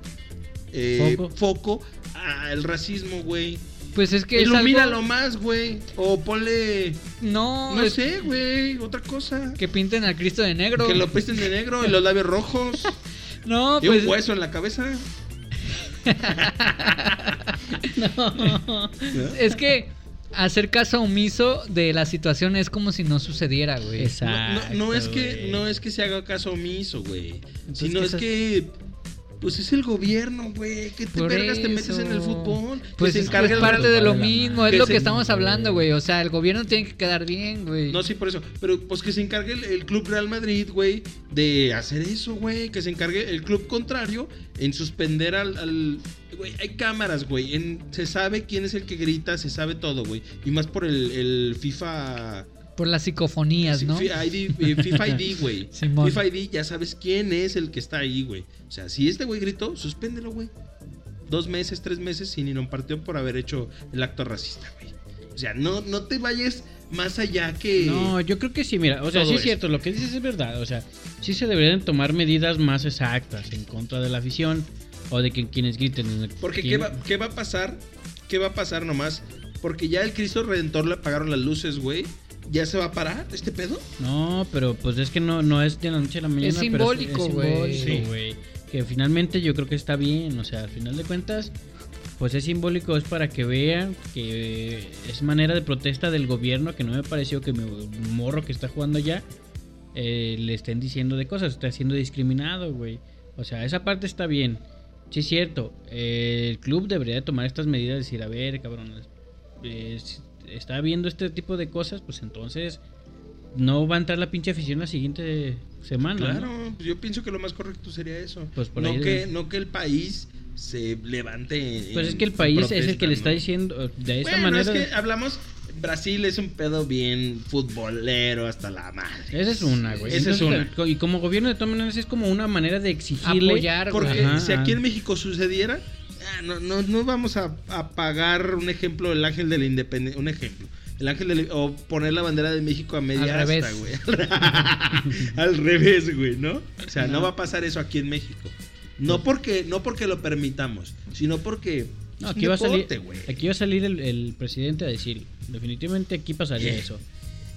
eh,
Foco.
foco al racismo, güey.
Pues es que es
Ilumínalo
algo...
más, güey. O ponle,
No,
no
es
sé, güey, otra cosa.
que pinten al Cristo de negro.
Que lo pesten de negro y los labios
[LAUGHS]
rojos.
No,
y
pues
un hueso en la cabeza. ¿No?
es que hacer caso omiso de la situación es como si no sucediera, güey.
Exacto.
No, no- no es que
güey.
no es que se haga caso omiso, güey.
Entonces,
Sino
¿qué
es
estás-
que pues es el gobierno, güey, que te
Por
vergas te metes
eso.
en el fútbol,
Pues
que
es
se
que
encarga
es
el
parte de lo
Vale la
mismo,
madre.
es lo
Que se-
que estamos hablando, güey. O sea, el gobierno tiene que quedar bien, güey.
No, sí, por eso. Pero pues que se encargue el, el club Real Madrid, güey, de hacer eso, güey. Que se encargue el club contrario en suspender al. al- güey, hay cámaras, güey. en- Se sabe quién es el que grita, se sabe todo, güey. Y más por el, el FIFA.
Por las psicofonías,
Sí,
¿no?
fi- ID, eh, FIFA ID,
[LAUGHS]
güey.
Simón.
FIFA ID, ya sabes quién es el que está ahí, güey. O sea, si este güey gritó, suspéndelo, güey. Dos meses, tres meses sin inampartión por haber hecho el acto racista, güey. O sea, no, no te vayas más allá que.
No, yo creo que sí, mira, o sea,
Todo
sí es
esto.
cierto, lo que dices es verdad, o sea, sí se deberían tomar medidas más exactas en contra de la afición o de que quienes griten.
Porque ¿qué
¿Quién-
va, qué va a pasar? ¿Qué va a pasar nomás? Porque ya el Cristo Redentor le apagaron las luces, güey. ¿Ya se va a parar este pedo?
No, pero pues es que no, no es de la noche a la mañana.
Es
pero
simbólico, güey.
simbólico,
Sí.
güey. Que finalmente yo creo que está bien, o sea, al final de cuentas, pues es simbólico, es para que vean que es manera de protesta del gobierno, que no me pareció que mi morro que está jugando allá eh, le estén diciendo de cosas, está siendo discriminado, güey. O sea, esa parte está bien. Sí, es cierto. eh, el club debería de tomar estas medidas y decir, a ver, cabrón, eh, si está viendo este tipo de cosas, pues entonces no va a entrar la pinche afición la siguiente semana. Ah, ¿no?
Claro, pues yo pienso que lo más correcto sería eso.
Pues por
no,
ahí
que,
de-
no que el país se levante. en-
Pues es que el
en
país es el
protesta,
que le está
¿no?
diciendo eh, de esa
bueno,
manera.
es que hablamos. Brasil es un pedo bien futbolero hasta la madre.
Esa es una, güey.
Esa es
Entonces,
una.
co- Y como gobierno de todas maneras es como una manera de exigirle.
Apoyar, güey.
Porque
Ajá.
si aquí en México sucediera, ah, no, no, no vamos a, a pagar un ejemplo el ángel de la independencia, un ejemplo. El ángel de la- o poner la bandera de México a media
Al
asta,
revés.
güey. [LAUGHS] Al revés, güey, ¿no? O sea, no va a pasar eso aquí en México. No porque no porque lo permitamos, sino porque
No,
es un
aquí va a salir,
deporte, güey.
aquí va a salir el, el presidente a decir, definitivamente aquí pasaría
Eh.
eso.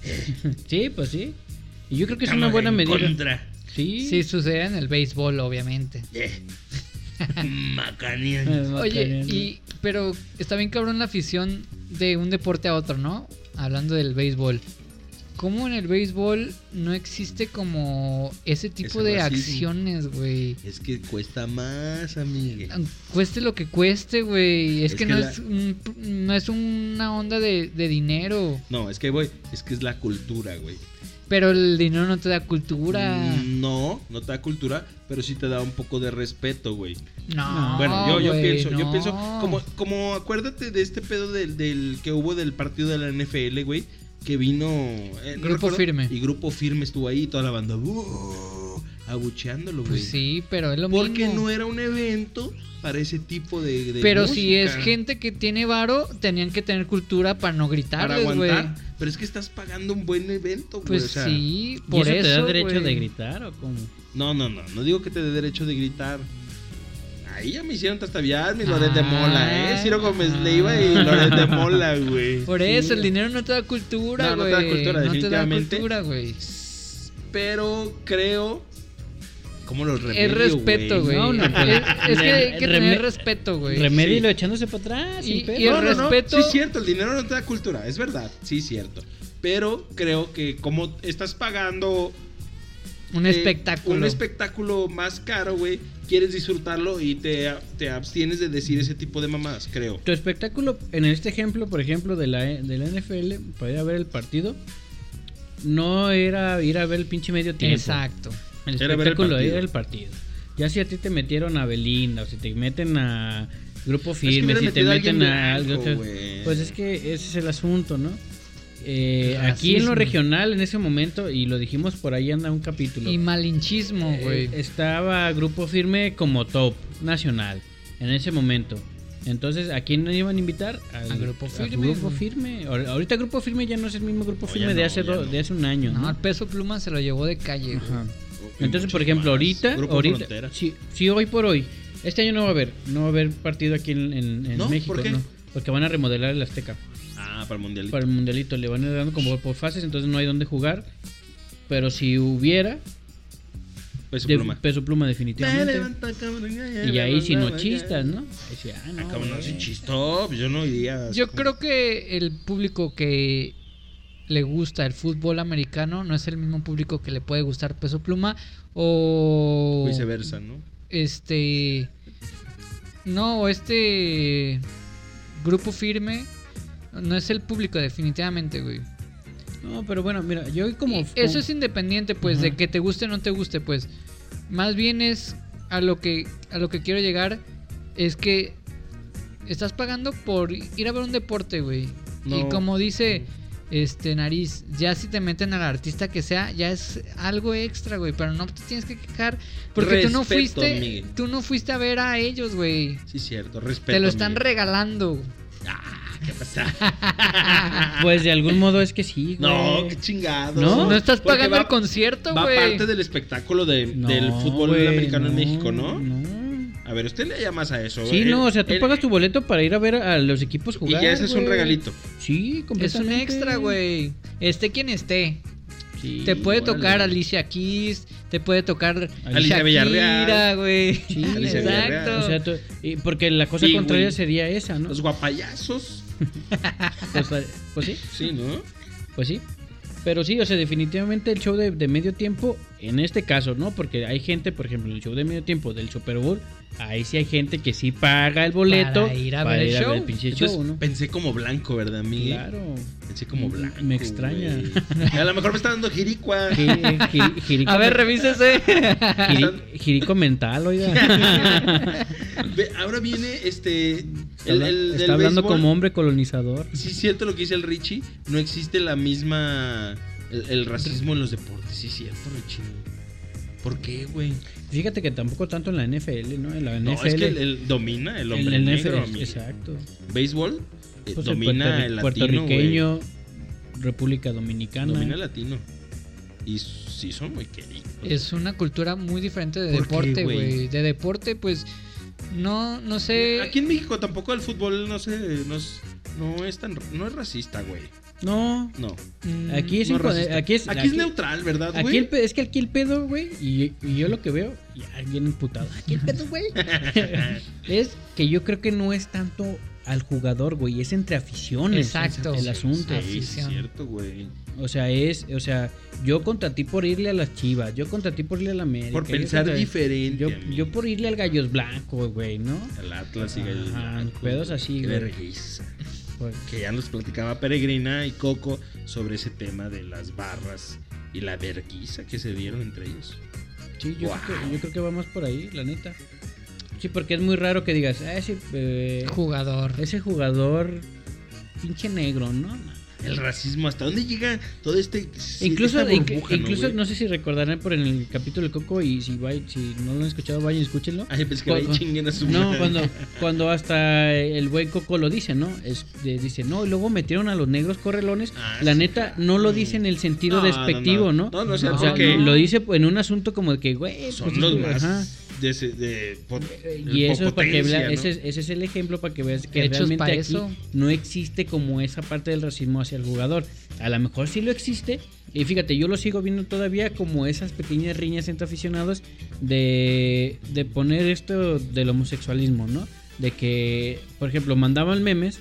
[LAUGHS] sí, pues sí. Y yo creo que es una
Estamos
buena
en
medida.
contra.
Sí.
Sí, sucede en el béisbol, obviamente.
Eh. [LAUGHS] Macaneando.
[LAUGHS] Eh, va
Oye,
cayendo.
y, pero está bien cabrón la afición de un deporte a otro, ¿no? Hablando del béisbol. ¿Cómo en el béisbol no existe como ese tipo
Ese
de
racismo.
acciones, güey?
Es que cuesta más, amigue.
Cueste lo que cueste, güey. Es,
Es
que,
que
no,
la-
es un- no es una onda de, de dinero.
No, es que voy, es que es la cultura, güey.
Pero el dinero no te da cultura.
Mm, No, no te da cultura, pero sí te da un poco de respeto, güey.
No.
bueno, yo, yo
Ah, güey,
pienso, yo
no.
pienso, como, como acuérdate de este pedo del, del que hubo del partido de la NFL, güey, que vino... eh, no
Grupo Firme.
Y Grupo Firme estuvo ahí, toda la banda "Uh", abucheándolo, güey.
Pues sí, pero es lo
Porque
mismo.
no era un evento para ese tipo de... de
pero si es
música.
gente que tiene varo, tenían que tener cultura para no
Para
gritarles, güey.
aguantar. Pero es que estás pagando un buen evento, güey.
Pues
o sea,
sí,
¿Y
por eso.
eso, te da derecho
güey.
de gritar o cómo?
No, no, no. No digo que te dé derecho de gritar. Ahí ya me hicieron tastaviar, mi
Ah,
Loret de Mola, ¿eh? Ciro Gómez Leiva y Loret de Mola, güey.
[LAUGHS] Por eso, el dinero no te da cultura,
No, no
güey.
te da cultura,
no te da
definitivamente.
cultura, güey.
Pero creo. ¿Cómo lo remedio,
Es respeto, güey.
No, no,
es, es que hay que
Reme-
tener respeto, güey.
Remedio
Sí.
y lo echándose para atrás.
Y-
sin pedo.
y el
No, no, no,
respeto-
Sí, es cierto, el dinero no te da cultura, es verdad. Sí, es cierto. Pero creo que como estás pagando
Un
eh,
espectáculo.
Un espectáculo más caro, güey. Quieres disfrutarlo y te, te abstienes de decir ese tipo de mamadas, creo.
Tu espectáculo, en este ejemplo, por ejemplo, de la, de la NFL, para ir a ver el partido, no era ir a ver el pinche medio tiempo.
Exacto.
El
Era ver el
espectáculo
partido.
era el partido. Ya si a ti te metieron a Belinda, o si te meten a Grupo
que
Firme,
hubieran
si te
metido a alguien
meten a
blanco,
algo. o sea,
güey.
Pues es que ese es el asunto, ¿no? Eh,
El
aquí en
racismo.
lo regional, en ese momento, y lo dijimos por ahí, anda un capítulo.
Y malinchismo,
Eh,
güey.
Estaba Grupo Firme como top nacional en ese momento. Entonces, ¿a quién iban a invitar? Al,
A Grupo
a
Firme,
Grupo
güey.
Firme. Ahor- Ahorita Grupo Firme ya no es el mismo Grupo
No,
Firme
ya
de,
no,
hace
ya
do-
no.
de hace un año.
No,
eh, ¿no?
el peso pluma se lo llevó de calle. güey.
Ajá.
Y
Entonces, por
mucho
ejemplo,
más.
ahorita,
Grupo
ahorita
Frontera.
si, si hoy por hoy, este año no va a haber, no va a haber partido aquí en, en- en
¿No?
México,
¿Por qué?
no, porque van a remodelar el Azteca
Ah, para el mundial.
para el mundialito, le van a dando como por fases, entonces no hay dónde jugar. Pero si hubiera,
Peso
de-
pluma.
peso pluma definitivamente. Y ahí si no chistas, ¿no? Ahí sí, ah, no,
Ah, cabrón, no,
güey.
si chistó, pues yo no iría.
Yo creo que el público que le gusta el fútbol americano no es el mismo público que le puede gustar peso pluma o
Viceversa, ¿no?
este no o este grupo firme no es el público definitivamente güey
No, pero bueno, mira, yo como...
Y eso es independiente pues de
Ajá.
que te guste o no te guste pues más bien es a lo que a lo que quiero llegar es que estás pagando por ir a ver un deporte güey
No.
y como dice este nariz ya si te meten al artista que sea ya es algo extra güey pero no te tienes que quejar porque tú no
Respeto,
fuiste
Miguel.
tú no fuiste a ver a ellos güey
Sí, cierto, respeto.
te lo están
amigo.
regalando
¿Qué pasa?
Pues de algún modo es que sí,
No,
güey.
qué chingado.
No,
no estás
Porque
pagando
va-
el concierto
Va
güey
parte del espectáculo de-
No,
del fútbol
güey,
americano en
no,
México, ¿no?
No.
A ver, usted le llama más a eso.
Sí,
El-
no, o sea, tú
el-
pagas tu boleto para ir a ver a los equipos
Y
jugar.
ya ese es un
güey.
regalito.
Sí,
es un
completamente.
extra güey esté quien esté
Sí,
Te puede
órale.
tocar Alicia Keys, te puede tocar
Alicia
Alicia
Villarreal.
Villarreal, güey.
Sí,
Alicia
exacto.
Villarreal.
O sea, tú- y porque la cosa
Sí, güey.
contraria sería esa, ¿no?
Los guapayazos.
Pues, eh, pues sí,
Sí, ¿no?
pues sí. Pero sí, o sea, definitivamente el show de, de medio tiempo, en este caso, ¿no? Porque hay gente, por ejemplo, el show de medio tiempo del Super Bowl, ahí sí hay gente que sí paga el boleto
Para ir a ver el show. pues,
el pinche
Entonces,
show, ¿no?
Pensé como blanco, ¿verdad, Miguel?
Claro. Mm,
Pensé como blanco.
Me extraña.
güey. A lo mejor me está dando jiricua.
Ji- ji-
[LAUGHS]
jirico-
A ver, revísese.
jiri- jirico
[LAUGHS]
mental, oiga.
Ve, Ahora viene este.
Está,
El,
habla-
el
está
del
hablando
béisbol.
como hombre colonizador.
Sí, es cierto lo que dice el Richie. No existe la misma. El, el racismo en los deportes. Sí, es cierto, Richie. ¿Por qué, güey?
Fíjate que tampoco tanto en la NFL, ¿no? En la NFL.
No, es que el, el- domina el
en
hombre
el
negro.
NFL,
amigo.
exacto.
Béisbol eh,
Pues
domina el,
puertorri-
latino. güey.
puertorriqueño, República Dominicana.
Domina el latino. Y sí son muy queridos.
es una cultura muy diferente de
¿Por qué,
deporte,
güey?
güey. De deporte, pues, no, no
Este-
sé.
Aquí en México tampoco el fútbol no se, no, es- no es tan no es racista, güey.
No,
No.
Mm,
aquí es,
no
inco-
racista.
aquí es
Aquí es neutral, ¿verdad,
aquí
güey?
el pe- es que aquí el pedo, güey, y, y yo lo que veo, ya bien emputado. Aquí el pedo, güey, es que yo creo que no es tanto al jugador, güey, es entre aficiones.
Exacto.
El asunto.
Sí, Sí, es
Afición.
cierto, güey.
O sea, es, o sea, yo contra ti por irle a las Chivas, yo contra ti por irle a la América.
Por
yo
pensar
contra-
diferente.
Yo,
amigo.
yo por irle al Gallos Blancos, güey, ¿no?
Al Atlas y
Ajá,
Gallos Blancos,
pedos
güey.
así,
Qué
güey.
vergüenza.
Por-
Que ya nos platicaba Peregrina y Coco sobre ese tema de las barras y la vergüenza que se dieron entre ellos.
Sí, yo,
Wow.
creo que, yo creo que va más por ahí, la neta. Sí, porque es muy raro que digas, ah, ese, eh,
Jugador.
ese jugador pinche negro, ¿no? No.
El racismo, ¿hasta dónde llega todo este.
incluso,
esta
inc-
burbuja,
incluso
güey?
no sé si recordarán por en el capítulo de Coco y si, va- si no lo han escuchado, vayan, escúchenlo.
Ay, pues que ahí
Cuando-
chinguen a su [LAUGHS]
No,
madre.
cuando, cuando hasta el buen Coco lo dice, ¿no? Es- de- dice, no, y luego metieron a los negros correlones.
Ah,
la
sí,
neta,
claro.
no lo dice en el sentido
No, no,
despectivo, ¿no?
no. No, no, o sea,
o sea,
porque-
lo dice en un asunto como de que, güey,
Son
pues,
los
es-
más.
ajá.
De, ese- de, por-
Eh, Y
por
eso es para que
potencia,
vea-
¿no?
ese, es- ese es el ejemplo para que veas que
Hechos
realmente
para
aquí
eso.
no existe como esa parte del racismo hacia el jugador. A lo mejor sí lo existe. Y fíjate, yo lo sigo viendo todavía como esas pequeñas riñas entre aficionados de, de poner esto del homosexualismo, ¿no? De que, por ejemplo, mandaban memes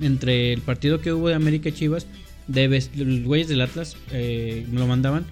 entre el partido que hubo de América y Chivas, de ves- los güeyes del Atlas eh, me lo mandaban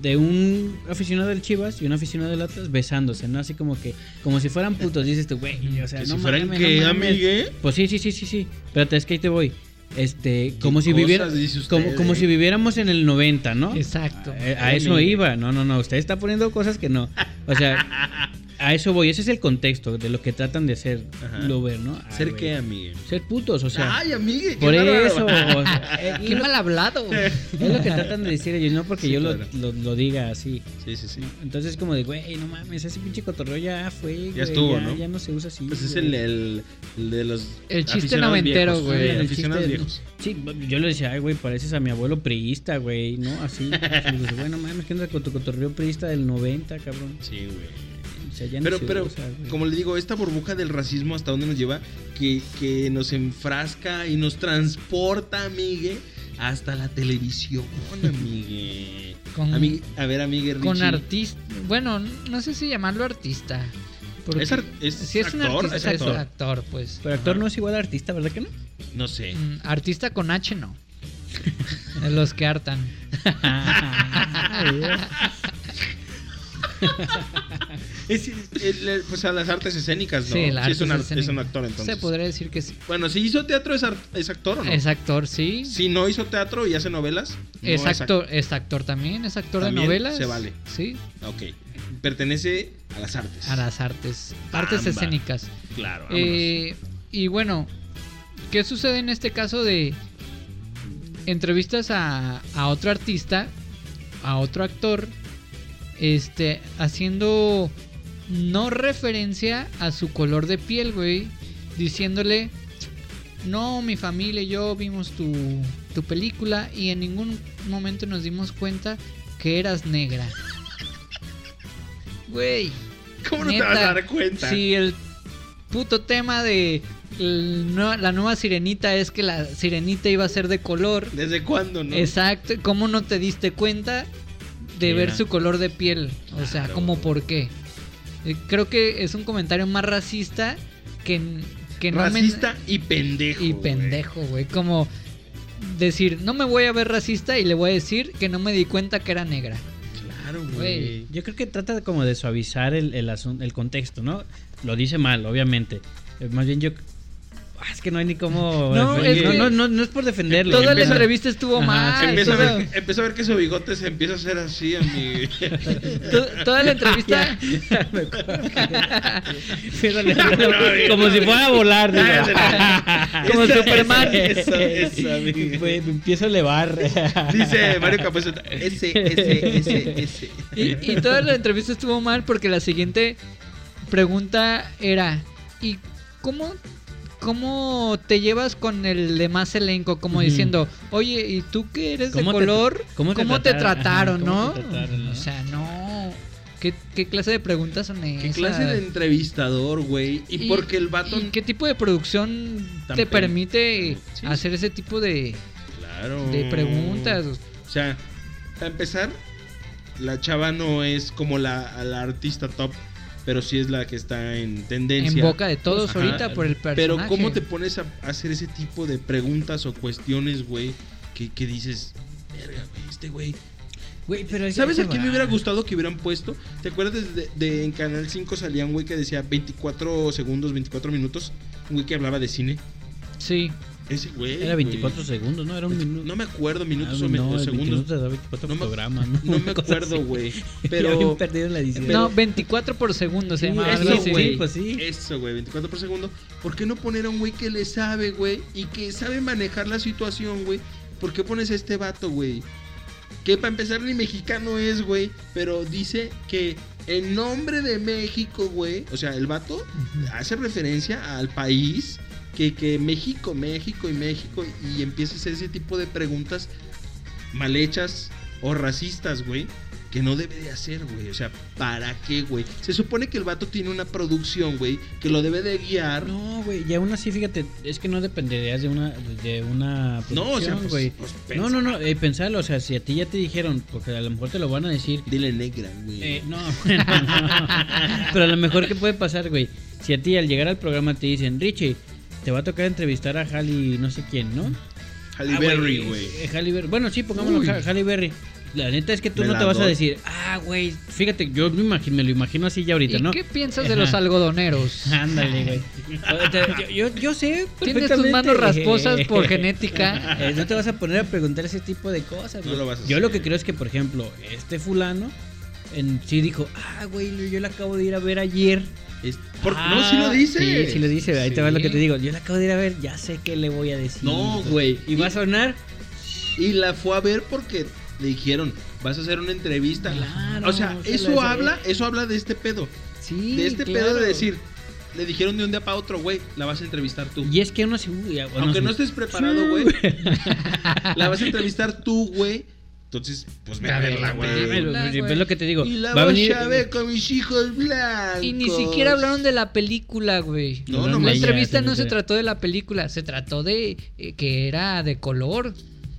de un aficionado del Chivas y un aficionado del Atlas besándose, ¿no? Así como que, como si fueran putos, dices tú, güey, o sea,
Que
no
si fueran
mames,
que
no mames".
amigue.
Pues sí, sí, sí, sí, sí. Espérate, es que ahí te voy. Este, como si
cosas
viviera,
dice usted,
como, como
eh?
si viviéramos en el 90, ¿no?
Exacto.
Eh, A, eso
Amigue.
iba. No, no, no. Usted está poniendo cosas que no.
[LAUGHS]
O sea, a eso voy. Ese es el contexto de lo que tratan de hacer
Ajá.
Lover, ¿no? Ay,
¿Ser
güey.
qué, amigue?
Ser putos, o sea.
Ay, amigue. qué
por
bárbaro. Ah,
eso. o sea, eh,
Qué
lo-
mal hablado.
[LAUGHS] es lo que tratan de decir ellos, no porque
Sí,
yo lo-
claro.
lo, lo diga así.
Sí, sí, sí.
¿no? Entonces, como de, güey, no mames, ese pinche cotorreo ya fue. güey,
estuvo,
ya,
¿no?
ya no se usa así.
Pues es
güey".
el, el, el de los.
El chiste
aficionados
noventero,
viejos,
güey.
sí,
El
Aficionados
chiste-
viejos.
Sí, yo le decía, ay, güey, pareces a mi abuelo priista, güey, ¿no?
[LAUGHS]
Así. Y dice, bueno, mames, ¿qué onda con tu cotorreo priista del 90, cabrón?
Sí, güey.
O sea, ya no
Pero,
se
pero,
usa, güey.
como le digo, esta burbuja del racismo hasta dónde nos lleva, que, que nos enfrasca y nos transporta, amigue, hasta la televisión, amigue.
Con-
Ami- a ver, amigue Richie.
Con artista. Bueno, no sé si llamarlo artista. porque-
Es ar- es
sí, es un
actor,
artista,
es
es
actor.
actor, pues.
Pero actor no es igual a artista, ¿verdad [LAUGHS] que no?
No sé.
Mm, Artista con H no. [LAUGHS] De Los que hartan.
Es, es- es- pues a las artes escénicas, ¿no?
Sí, la
es, un
artista
ar- es un actor, entonces.
Se podría decir que sí.
Bueno, si hizo teatro, ¿es, ar- es actor o no?
Es actor, sí.
Si no hizo teatro y hace novelas. no
es, actor, es actor también, es actor
También
de novelas.
se vale.
Sí,
Ok. Pertenece a las artes.
a las artes. Artes
Bamba.
escénicas.
Claro. vámonos.
Eh, y bueno, ¿qué sucede en este caso de entrevistas a, a otro artista, a otro actor, este, haciendo no referencia a su color de piel, güey, diciéndole, no, mi familia y yo vimos tu, tu película y en ningún momento nos dimos cuenta que eras negra.
[LAUGHS]
Güey.
¿Cómo no
neta,
te vas a dar cuenta?
Si el puto tema de el nue- la nueva sirenita es que la sirenita iba a ser de color.
¿Desde cuándo, no?
Exacto. ¿Cómo no te diste cuenta de ver
Mira.
su color de piel? O sea,
Claro.
¿cómo por qué? Eh, Creo que es un comentario más racista que, n- que no me-
Racista y pendejo.
y
güey.
pendejo, güey. Como decir, no me voy a ver racista y le voy a decir que no me di cuenta que era negra.
Claro, güey.
Güey.
Yo creo que trata de como de suavizar el, el, asun- el contexto, ¿no? Lo dice mal, obviamente. Eh, Más bien yo... Ah, Es que no hay ni cómo...
No,
defender-
es
no,
que-
no, no, no es por defenderlo.
Toda la
empieza-
entrevista estuvo
Ajá,
mal.
se
Empieza a,
todo-
ver, empieza a ver que su bigote se empieza a hacer así, amigo.
to- toda
[LAUGHS]
la entrevista.
[LAUGHS] Fíjale, como si fuera a
[LAUGHS]
volar. digo.
[LAUGHS] Como
[LAUGHS]
Superman.
Eso, eso, amigo.
Güey, me empiezo a elevar.
Dice Mario Capuzeta, ese, ese, ese, ese.
Y, y toda la entrevista estuvo mal porque la siguiente pregunta era: ¿Y cómo, cómo te llevas con el demás elenco? Como
Ujú.
diciendo, oye, ¿y tú que eres de
¿Cómo te-
color?
cómo te trataron?
trataron,
Ajá,
no?
¿cómo te trataron, no?
O sea, no. ¿Qué, qué clase de preguntas son
¿Qué
esas?
clase de entrevistador, güey? Y,
¿Y-
porque el vato.
¿Y qué tipo de producción
Tan
te
pen-
permite
Sí.
hacer ese tipo de,
Claro.
de
Mm.
preguntas?
O sea, para empezar, la chava no es como la, la artista top, pero sí es la que está en tendencia.
En boca de todos
Ajá.
ahorita por el personaje.
Pero ¿cómo te pones a hacer ese tipo de preguntas o cuestiones, güey? Que, que dices, verga, güey, este güey.
[LAUGHS] Güey, pero ahí
¿Sabes
Pues se
a quién
va.
me hubiera gustado que hubieran puesto? ¿Te acuerdas de, de en Canal 5 salía un güey que decía 24 segundos, 24 minutos? Un güey que hablaba de cine.
Sí.
Ese güey.
Era
güey.
24 segundos, ¿no? Era un minuto.
No me acuerdo, minutos
Ah,
o
no,
minutos,
el 20
segundos.
minutos era 24
No me-
programas, ¿no?
No me
[LAUGHS] Una cosa
acuerdo,
así.
güey.
[LAUGHS] Ya
Pero.
bien perdido en la edición.
No, 24 por segundo se
Sí,
llama.
eso,
algo así.
güey. pues sí.
Eso, güey, 24 por segundo. ¿Por qué no poner a un güey que le sabe, güey? Y que sabe manejar la situación, güey. ¿Por qué pones a este vato, güey? Que para empezar ni mexicano es, güey. Pero dice que en nombre de México, güey. O sea, el vato hace referencia al país. Que, que México, México y México. Y empieza a hacer ese tipo de preguntas mal hechas o racistas, güey. Que no debe de hacer, güey. O sea, ¿para qué, güey? Se supone que el vato tiene una producción, güey, que lo debe de guiar. No,
No, güey, y aún así, fíjate, es que no dependerías de una, de una
o sea,
producción,
pues,
güey.
pues,
no,
pensa-
no, no, eh, pensalo, o sea, si a ti ya te dijeron, porque a lo mejor te lo van a decir.
Dile negra, güey.
Eh, no, [LAUGHS] bueno, no. pero a lo mejor que puede pasar, güey, si a ti al llegar al programa te dicen, Richie, te va a tocar entrevistar a Halle, no sé quién, ¿no?
Halle
Ah,
Berry, güey.
eh, Halle Berry. Bueno, sí, pongámoslo
Uy.
Ha- Halle Berry. La neta es que tú
Me
no
la
te vas a
doy.
decir, ah, güey, fíjate, yo me, imagino, me lo imagino así ya ahorita,
¿Y
¿no?
qué piensas de los
Ajá.
algodoneros?
Ándale, güey. O sea, yo, yo- yo sé.
Tienes tus manos
perfectamente.
rasposas por genética.
[LAUGHS] Eh, no te vas a poner a preguntar ese tipo de cosas.
No
güey.
lo vas a
yo
hacer.
lo que creo es que, por ejemplo, este fulano en sí dijo, ah, güey, yo la acabo de ir a ver ayer.
Es- por-
Ah,
no, si lo dice.
Sí, sí lo dice. Ahí te va
Sí.
lo que te digo. Yo la acabo de ir a ver, ya sé qué le voy a decir.
No, güey.
Y va a sonar.
Y la fue a ver porque le dijeron, vas a hacer una entrevista.
Claro,
o sea,
se
eso
las-
habla, eso habla de este pedo.
Sí.
De este
claro.
pedo de decir, le dijeron de un día para otro, güey, la vas a entrevistar tú.
Y es que uno se. uy, bueno,
Aunque
sí.
no estés preparado, güey. [LAUGHS] la vas a entrevistar tú, güey. Entonces, pues ve a verla,
Ve,
güey.
verla,
ve, ve
güey.
lo que te digo.
Y la
va a
vas
venir.
a ver con mis hijos blancos.
Y ni siquiera hablaron de la película, güey.
No, no,
La
Vaya,
entrevista
sí,
no se
sí.
trató de la película, se trató de eh, que era de color.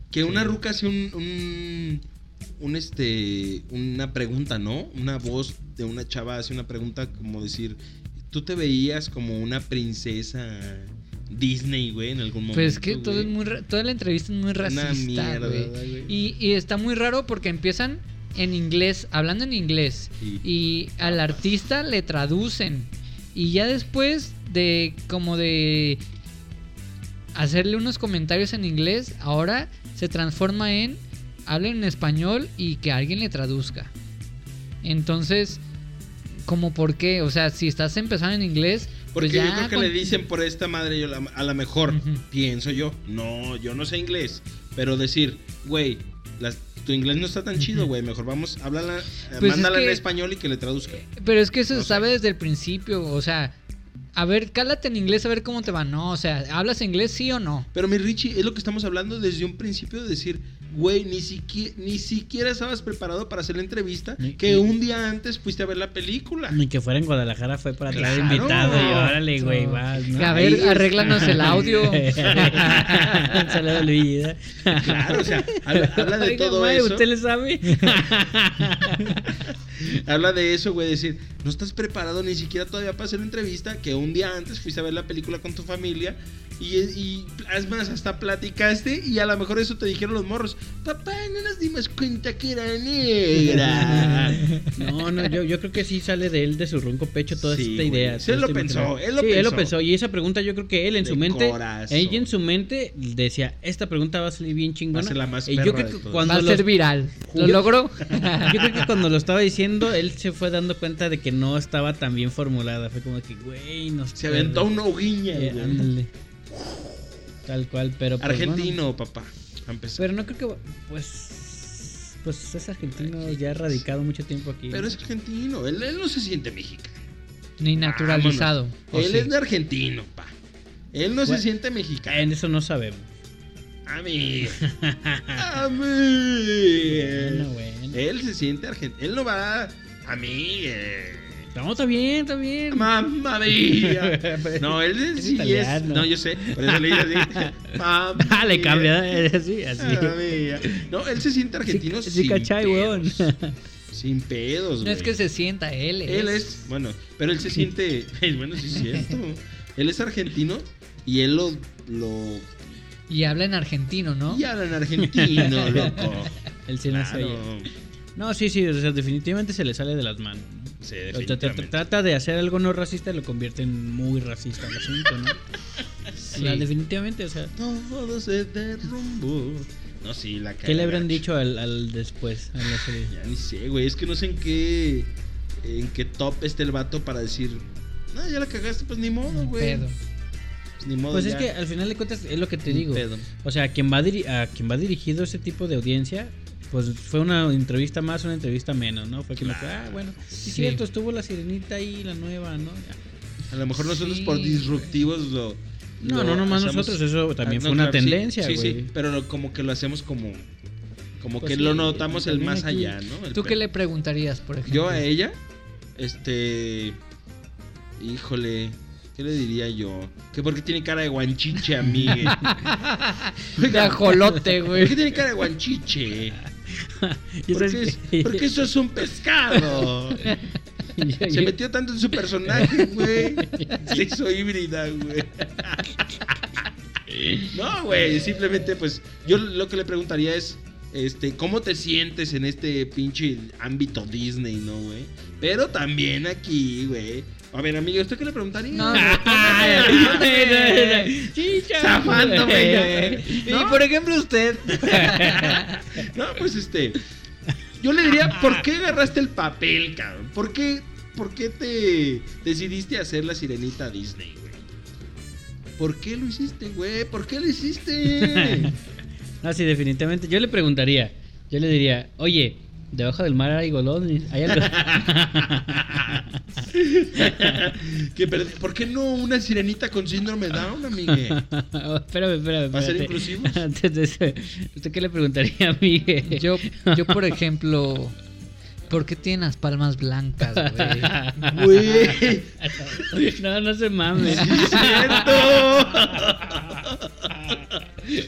Que una ruca hacía un, un. un, este. Una pregunta, ¿no? Una voz de una chava hace una pregunta como decir. ¿Tú te veías como una princesa Disney, güey, en algún momento?
Pues es que todo
güey?
es muy ra- toda la entrevista es muy
Una
racista,
mierda,
güey.
güey.
Y, y está muy raro porque empiezan en inglés, hablando en inglés,
Sí.
y al artista le traducen. Y ya después de como de hacerle unos comentarios en inglés, ahora se transforma en hablen en español y que alguien le traduzca. Entonces, como por qué? O sea, si estás empezando en inglés,
Porque
pues ya
yo creo que
con-
le dicen por esta madre, yo la- a lo mejor,
Ujú.
pienso yo, no, yo no sé inglés, pero decir, güey, las- tu inglés no está tan chido, güey, mejor vamos, háblala, eh,
Pues es
mándala en
que-
español y que le traduzca.
Pero es que eso
No
se
sé.
sabe desde el principio, o sea, a ver, cálate en inglés a ver cómo te va. No, o sea, ¿hablas inglés sí o no?
Pero mi Richie, es lo que estamos hablando desde un principio de decir, güey, ni siquiera, ni siquiera estabas preparado para hacer la entrevista,
Ni-
que
ni-
un día antes fuiste a ver la película.
Ni que fuera en Guadalajara fue para traer
Claro.
invitado y órale, güey,
No.
vas, ¿no?
A ver,
Ahí es-
arréglanos el audio.
[LAUGHS]
[LAUGHS]
Un saludo a Luigi. ¿eh?
[LAUGHS] Claro, o sea, habla, habla de
Oiga,
todo
madre,
eso.
¿Usted le sabe?
Habla de eso, güey, decir, no estás preparado ni siquiera todavía para hacer una entrevista, que un día antes fuiste a ver la película con tu familia y, y es más, hasta platicaste y a lo mejor eso te dijeron los morros, papá, no nos dimos cuenta que era negra.
[LAUGHS] No, no, yo, yo creo que sí sale de él, de su ronco pecho, toda
Sí,
esta
güey.
idea.
Sí,
todo
él lo
este
pensó,
imaginario.
él lo
Sí, él lo
pensó.
pensó. Y esa pregunta yo creo que él en
De
su mente,
corazón.
ella en su mente decía, esta pregunta va a salir bien
Va a
chingona.
ser la más
y
perra
yo creo
de
que
todas.
Va
cuando
a
lo,
ser viral. ¿Lo
Yo-
logró?
yo creo que cuando lo estaba [LAUGHS] diciendo, él se fue dando cuenta de que no estaba tan bien formulada. Fue como que, güey, nos
Se aventó una hoguiña,
Eh,
güey.
ándale. Tal cual, pero pues, bueno.
Argentino, papá. a empezar.
pero no creo que va- pues pues es argentino ya radicado mucho tiempo aquí.
Pero es argentino, él, él no se siente mexicano.
[LAUGHS] Ni naturalizado.
Oh,
él
sí.
es de argentino, pa. Él no
Bueno.
se siente mexicano.
Eh, en eso no sabemos.
A
[LAUGHS]
mí. A mí.
Bueno, bueno.
Él se siente argentino. Él no va a mí. eh,
No, está bien, está bien.
Mamma mía.
[LAUGHS]
No, él
Es
sí es.
italiano.
No, yo sé. Por eso le dije así.
[LAUGHS]
Mamma
Ah, le
mía,
cambia eh, así, así.
mamma mía. No, él se siente argentino
Sí,
sin,
sí, cachai, weón.
pedos, sin pedos,
No es
güey.
que se sienta, él es.
Él es, bueno, pero él se siente, [LAUGHS] bueno, sí es cierto. Él es argentino y él lo, lo
Y habla en argentino, ¿no?
y habla en
[LAUGHS]
argentino, loco.
El sí no
Claro.
sabía. No, sí, sí, o sea, definitivamente se le sale de las manos. ¿no?
Sí,
O sea, tra-
definitivamente.
tra- Trata de hacer algo no racista y lo convierte en muy racista el
[LAUGHS]
asunto, ¿no?
Sí.
O sea, definitivamente, o sea,
Todo se derrumbó. No, sí, la
¿qué le habrán
cagada.
dicho al, al después? A la serie?
Ya ni sé, güey. Es que no sé en qué. En qué top esté el vato para decir. No, ya la cagaste, pues ni modo,
Un
güey.
pedo.
Pues ni modo.
Pues es
ya.
que al final de cuentas es lo que te
Ni
digo.
pedo.
O sea, a quien va, diri- a quien va dirigido ese tipo de audiencia, pues fue una entrevista más, una entrevista menos, ¿no? Fue como que,
Claro.
ah, bueno, sí,
Sí.
es cierto, estuvo la sirenita ahí, la nueva, ¿no? Ya.
A lo mejor nosotros
Sí,
por
güey.
disruptivos lo.
No,
lo
no, nomás
hacemos-
nosotros, eso también
Ah,
fue
no,
una
claro, sí.
tendencia,
Sí,
güey.
sí, pero lo- como que lo hacemos como. Como
Pues
que
sí,
lo notamos el
también
más
aquí.
allá, ¿no? El
¿Tú qué
pedo.
le preguntarías, por ejemplo?
Yo a ella, este. Híjole, ¿qué le diría yo? Que porque tiene cara de guanchiche,
[LAUGHS]
amigue.
[LAUGHS] De ajolote,
¿Por qué
güey.
tiene cara de guanchiche?
Y
¿Por
sabes
qué, es-
que-
por
[LAUGHS]
qué sos un pescado?
yo-
Se
yo- [LAUGHS]
metió tanto en su personaje, güey. Se hizo híbrida, güey. No, güey, simplemente pues yo lo que le preguntaría es, Este, ¿cómo te sientes en este pinche ámbito Disney, no, güey? Pero también aquí, güey. A ver, amigo, ¿usted qué le preguntaría?
No,
Ah, Chicha.
Zafándome.
[LAUGHS] Y por ejemplo usted.
No, pues este. Yo le diría, ¿por qué agarraste el papel, cabrón? ¿Por qué, por qué te decidiste hacer la sirenita Disney, güey? ¿Por qué lo hiciste, güey? ¿Por qué lo hiciste?
[LAUGHS] No, sí, definitivamente. Yo le preguntaría, yo le diría, oye, debajo del mar hay golones,
[LAUGHS]
hay algo.
Que perd- ¿Por qué no una sirenita con síndrome Down, amigue?
[LAUGHS] espérame, espérame.
¿Va a ser
espérate.
inclusivos?
[LAUGHS] Antes de eso, ¿usted qué le preguntaría a mí?
[LAUGHS] [LAUGHS] Yo, yo por ejemplo, ¿por qué tiene las palmas blancas, güey?
[LAUGHS] Güey,
[LAUGHS] No, no se mames.
cierto.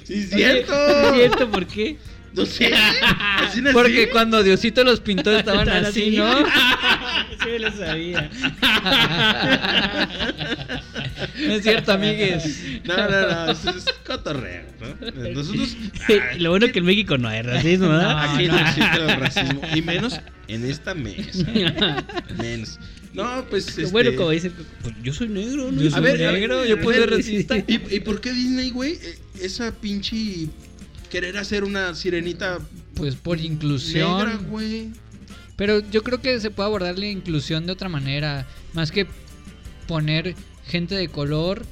Sí, cierto.
Oye, [LAUGHS] ¿Cierto? ¿Por qué?
No sé. Así nací.
Porque cuando Diosito los pintó estaban
Tan
[LAUGHS] así,
[LAUGHS]
¿no?
sí, lo sabía. [LAUGHS]
No es cierto, amigues.
No, no, no, eso es cotorreo, ¿no? Nosotros. ah,
Lo bueno que en México no hay racismo, ¿verdad?
Ah,
Aquí no existe el racismo. Y menos en esta mesa. Menos. No, pues. Este,
Bueno, como dicen, pues yo soy negro, ¿no?
Yo
A ver,
soy negro, yo puedo
a
ser
[LAUGHS]
ver,
racista.
¿Y, y por qué Disney, güey? Eh, Esa pinche. Querer hacer una sirenita
Pues por inclusión.
negra, güey.
Pero yo creo que se puede abordar la inclusión de otra manera. Más que poner gente de color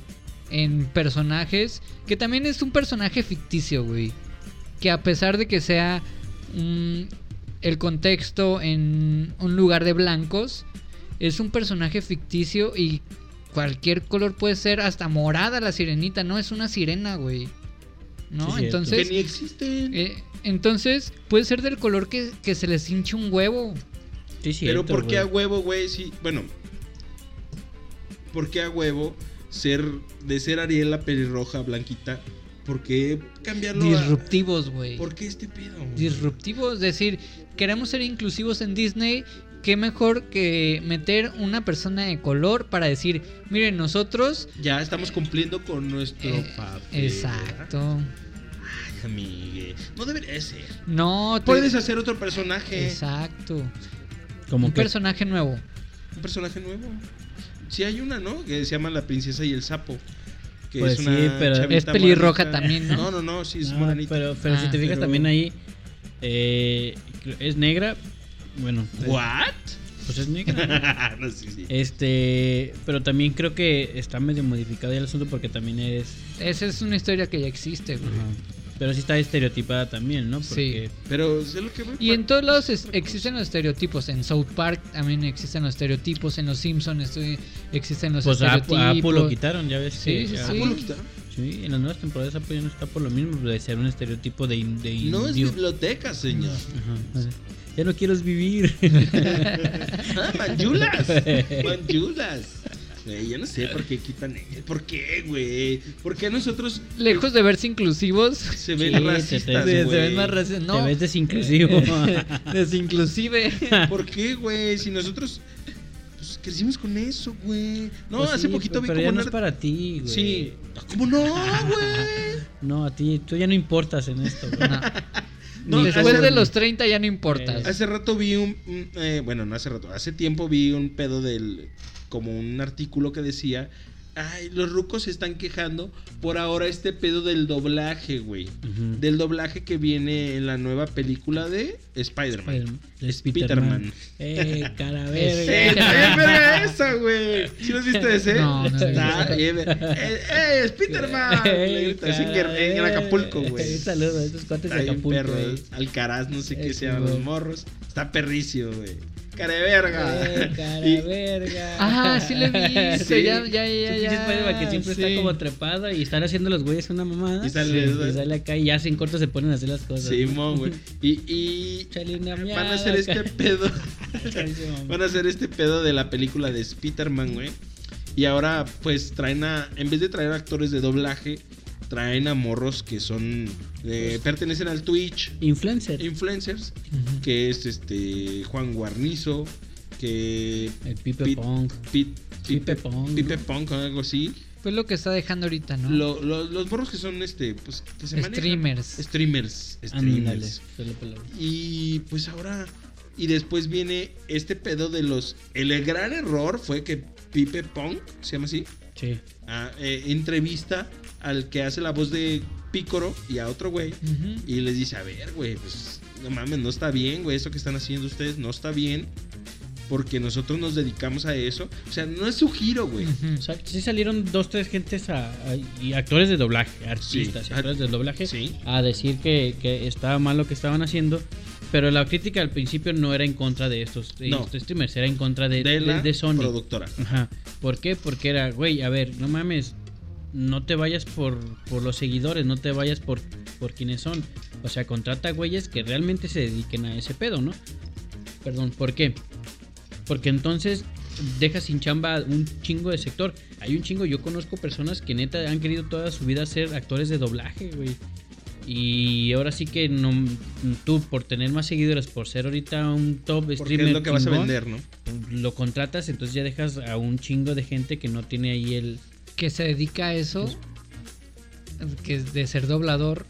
en personajes. Que también es un personaje ficticio, güey. Que a pesar de que sea mm, el contexto en un lugar de blancos, es un personaje ficticio y cualquier color puede ser hasta morada la sirenita. No es una sirena, güey.
Sí,
¿No?
cierto.
Entonces.
Que ni existen.
Eh, entonces, puede ser del color que, que se les hinche un huevo.
Sí,
Pero
cierto,
¿por qué a
güey.
huevo, güey? Sí, bueno. ¿Por qué a huevo ser de ser Ariel la pelirroja blanquita? ¿Por qué cambiarlo a-
Disruptivos, güey.
eh, ¿Por qué este pedo? güey?
Disruptivos, es decir, queremos ser inclusivos en Disney. Qué mejor que meter una persona de color para decir, miren, nosotros.
Ya estamos cumpliendo con nuestro
eh,
papel.
exacto.
Ay, amigue. No debería ser.
No, te-
Puedes hacer otro personaje.
Pues, Exacto.
Como
un
que
personaje nuevo.
Un personaje nuevo. Sí, hay una, ¿no? Que se llama La Princesa y el Sapo. Que
Pues
es una
sí, pero-
chavita
Es pelirroja
morenita.
también, ¿no?
No, no, no, sí, es
No,
morenita.
pero pero si
Ah,
te fijas
pero-
también ahí, eh, es negra. Bueno, es-
¿What? [LAUGHS]
pues es negra.
no, sí,
Eh,
sí.
este, pero también creo que está medio modificado ya el asunto porque también es.
Esa es una historia que ya existe, güey.
ajá, Pero sí está estereotipada también, ¿no?
Sí.
Porque
Pero es lo que voy, pues.
Y en todos lados es- existen los estereotipos. En South Park también existen los estereotipos. En Los Simpsons existen los
pues a Apu, a Apu
estereotipos.
lo quitaron, ya ves.
Sí,
que-
sí,
¿Cómo
a-
Ah, pues lo quitaron?
sí, En las nuevas temporadas Apu ya no está por lo mismo de ser un estereotipo de, in- de
No es
indio.
biblioteca,
[LAUGHS]
señor.
Ajá, Ya no quiero vivir. [LAUGHS]
Ah, manchulas. Manchulas. Güey, yo no sé por qué quitan. ¿Por qué, güey? ¿Por qué nosotros
Lejos de verse inclusivos,
se ven
Sí, te-
racistas,
te-
se,
güey?
[LAUGHS] se ven más racistas.
Te
No, [LAUGHS]
ves desinclusivo.
desinclusive.
[LAUGHS] ¿Por qué, güey? Si nosotros pues, crecimos con eso, güey. No,
Pues
hace
sí,
poquito vi
pero
como
ya no
una...
es para ti, güey.
Sí. ¿Cómo no, güey?
No, a ti, tú ya no importas en esto,
[LAUGHS]
güey.
[LAUGHS] No.
No,
Después
hace-
de los 30 ya no importas.
Hace rato vi un... un, eh, bueno, no hace rato. Hace tiempo vi un pedo del... Como un artículo que decía... Ay, los rucos se están quejando por ahora este pedo del doblaje, güey.
Ujú.
Del doblaje que viene en la nueva película de Spider-Man.
Spider-Man.
Es Peterman.
Eh,
[LAUGHS]
cara
Eh,
verga.
está bien verga esa, güey. ¿Sí los viste ese?
No, no lo vi.
Está bien verga. ¡Eh, eh,
[LAUGHS]
Spiderman! Le grita así en, Guer- en Acapulco, güey.
Un saludo a estos cuates de
Está bien
Acapulco.
perro.
güey.
eh. Alcaraz, no sé qué
Eh,
se llaman los
güey.
morros. Está perricio, güey. Cara de [LAUGHS]
Eh,
verga.
cara
Y-
verga.
Ah, sí lo he visto.
Sí.
Ya, ya, ya.
Ese pinche
ya,
Spider-Man que siempre
sí.
está como trepado y están haciendo los güeyes una mamada.
Y sale-
y sale acá y ya hacen cortos se ponen a hacer las cosas.
Simón, güey. Y, y
Chalina
van a hacer este [LAUGHS] pedo.
[LAUGHS]
Van a hacer este pedo de la película de Spider-Man, güey. Y ahora, pues traen a. En vez de traer actores de doblaje, traen a morros que son. eh, pertenecen al Twitch.
Influencer.
Influencers.
Ujú.
Que es este. Juan Guarnizo. que
El Pipe
Pit-
Pong.
Pit-
Pipe
Pipe,
Pong.
Pipe Punk o algo así.
Pues lo que está dejando ahorita, ¿no?
Lo- lo- los borros que son este, pues que se manejan.
Streamers.
Streamers.
Ándale,
Streamers.
te lo pelaba.
Y pues ahora. Y después viene este pedo de los. El gran error fue que Pipe Pong, se llama así,
Sí.
ah, eh, entrevista al que hace la voz de Pícoro y a otro güey.
Ujú.
Y les dice, a ver, güey, pues no mames, no está bien, güey, eso que están haciendo ustedes no está bien. Porque nosotros nos dedicamos a eso. O sea, no es su giro, güey.
Ujú.
O sea, sí salieron dos, tres gentes a- a- y actores de doblaje, artistas,
Sí.
y actores de doblaje,
Sí.
a decir que, que estaba mal lo que estaban haciendo. Pero la crítica al principio no era en contra de estos, de
No.
estos streamers, era en contra de,
de
de,
la
de Sony.
productora.
Ajá. ¿Por qué? Porque era, güey, a ver, no mames, no te vayas por, por los seguidores, no te vayas por, por quienes son. O sea, contrata güeyes que realmente se dediquen a ese pedo, ¿no? Perdón, ¿por qué? Porque entonces dejas sin chamba a un chingo de sector. Hay un chingo, yo conozco personas que neta han querido toda su vida ser actores de doblaje, güey. Y ahora sí que no, tú por tener más seguidores, por ser ahorita un top
Porque
streamer.
es lo que vas a
chingón,
vender, ¿no?
lo contratas, entonces ya dejas a un chingo de gente que no tiene ahí el.
Que se dedica a eso. Que es de ser doblador.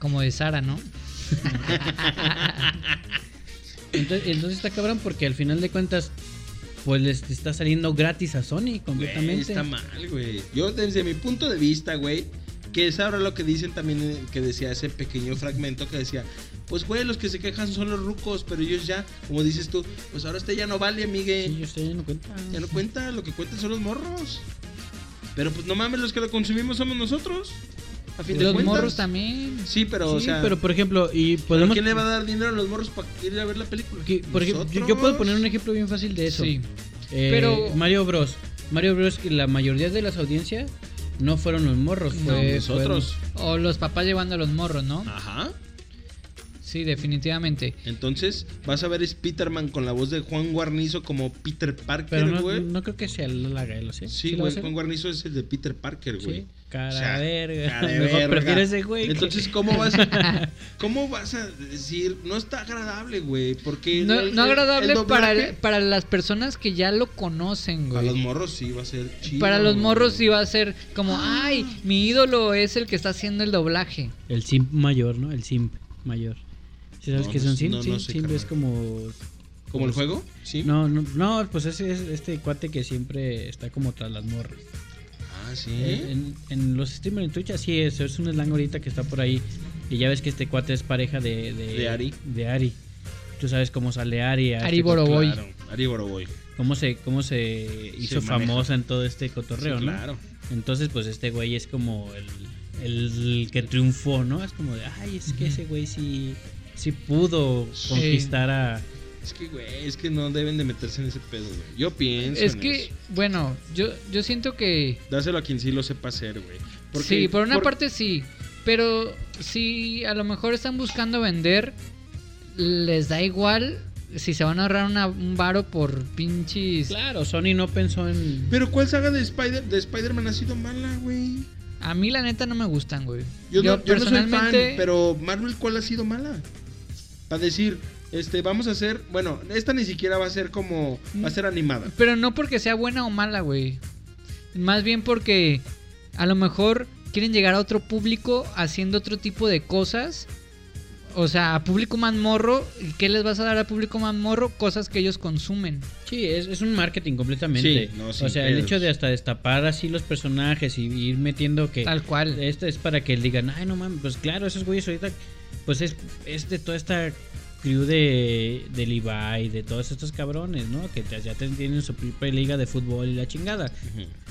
Como de Sara, ¿no?
Entonces, entonces está cabrón porque al final de cuentas, pues les está saliendo gratis a Sony
Güey,
completamente.
está mal, güey. Yo desde mi punto de vista, güey, que es ahora lo que dicen también eh, que decía ese pequeño fragmento que decía, pues güey, los que se quejan son los rucos, pero ellos ya, como dices tú, pues ahora usted ya no vale, amigue.
Sí, yo sé, ya no cuenta.
Ya no cuenta, lo que cuentan son los morros. Pero pues no mames, los que lo consumimos somos nosotros. A fin de
Los
cuentas.
morros también.
Sí, pero, o
Sí,
sea,
pero por ejemplo, y podemos.
¿quién le va a dar dinero a los morros para ir a ver la película?
que- por ejemplo, yo, yo
¿Nosotros?
puedo poner un ejemplo bien fácil de eso.
Sí.
Eh,
Pero-
Mario Bros. Mario Bros. que la mayoría de las audiencias no fueron los morros,
No,
fue-
Nosotros.
O los papás llevando a los morros, ¿no?
Ajá.
Sí, definitivamente.
Entonces, vas a ver Spiderman con la voz de Juan Guarnizo como Peter
Pero
Parker,
no,
güey.
no creo que sea la Gaelo, ¿sí?
Sí,
la va a
güey,
hacer?
Juan Guarnizo es el de Peter Parker, güey. [LAUGHS]
Sí, cara
O sea,
de verga.
cara de
[LAUGHS] Mejor
verga.
prefiero ese güey. que-
Entonces, ¿cómo vas, a, ¿cómo vas a decir? No está agradable, güey, porque...
No,
el-
no
el-
agradable
el
para,
doblaje-
para las personas que ya lo conocen,
Para los
güey.
morros sí va a ser chido.
Para los
güey.
morros sí va a ser como, ay, mi ídolo es el que está haciendo el doblaje.
El simp mayor, ¿no? El simp mayor. ¿Sí ¿Sabes
No,
qué es
no
un
sé,
simp?
no,
Sí,
no sé,
simp es
carnal.
como... pues,
¿Como el juego? Sí.
No, no, no, pues ese es este cuate que siempre está como tras las morras.
Ah, sí.
En, en los streamers en Twitch así es, es un slang ahorita que está por ahí. Y ya ves que este cuate es pareja de... De,
De Ari.
de Ari. Tú sabes cómo sale Ari. a este
Ari
co-
Boro- Boroboy.
Claro, Ari Boroboy.
Cómo se, cómo se hizo
maneja.
famosa en todo este cotorreo,
Sí,
¿no?
Claro.
Entonces, pues este güey es como el, el que triunfó, ¿no? Es como de, ay, es que ese güey sí, sí pudo
Sí.
conquistar a.
Es que, güey, es que no deben de meterse en ese pedo, güey. Yo pienso
Es
en
que,
eso.
bueno, yo, yo siento que...
Dáselo a quien sí lo sepa hacer, güey. Porque-
sí, por una
por-
parte sí, pero si a lo mejor están buscando vender, les da igual si se van a ahorrar una- un varo por pinches...
Claro, Sony no pensó en.
Pero ¿cuál saga de Spider de Spider-Man ha sido mala, güey?
A mí la neta no me gustan, güey.
Yo, no, yo no soy fan, pero Marvel, ¿cuál ha sido mala? Para decir, este, vamos a hacer... Bueno, esta ni siquiera va a ser como... Va a ser animada.
Pero no porque sea buena o mala, güey. Más bien porque a lo mejor quieren llegar a otro público haciendo otro tipo de cosas. O sea, a público más morro, ¿y ¿qué les vas a dar al público más morro? Cosas que ellos consumen.
Sí, es, es un marketing completamente.
Sí, no, sin
o sea, el
pedos.
hecho de hasta destapar así los personajes y ir metiendo que.
Tal cual.
Esto este es para que digan, ay, no mames, pues claro, esos güeyes ahorita. Pues es, es de toda esta crew de, de Levi, de todos estos cabrones, ¿no? Que te- ya te- tienen su propia liga de fútbol y la chingada.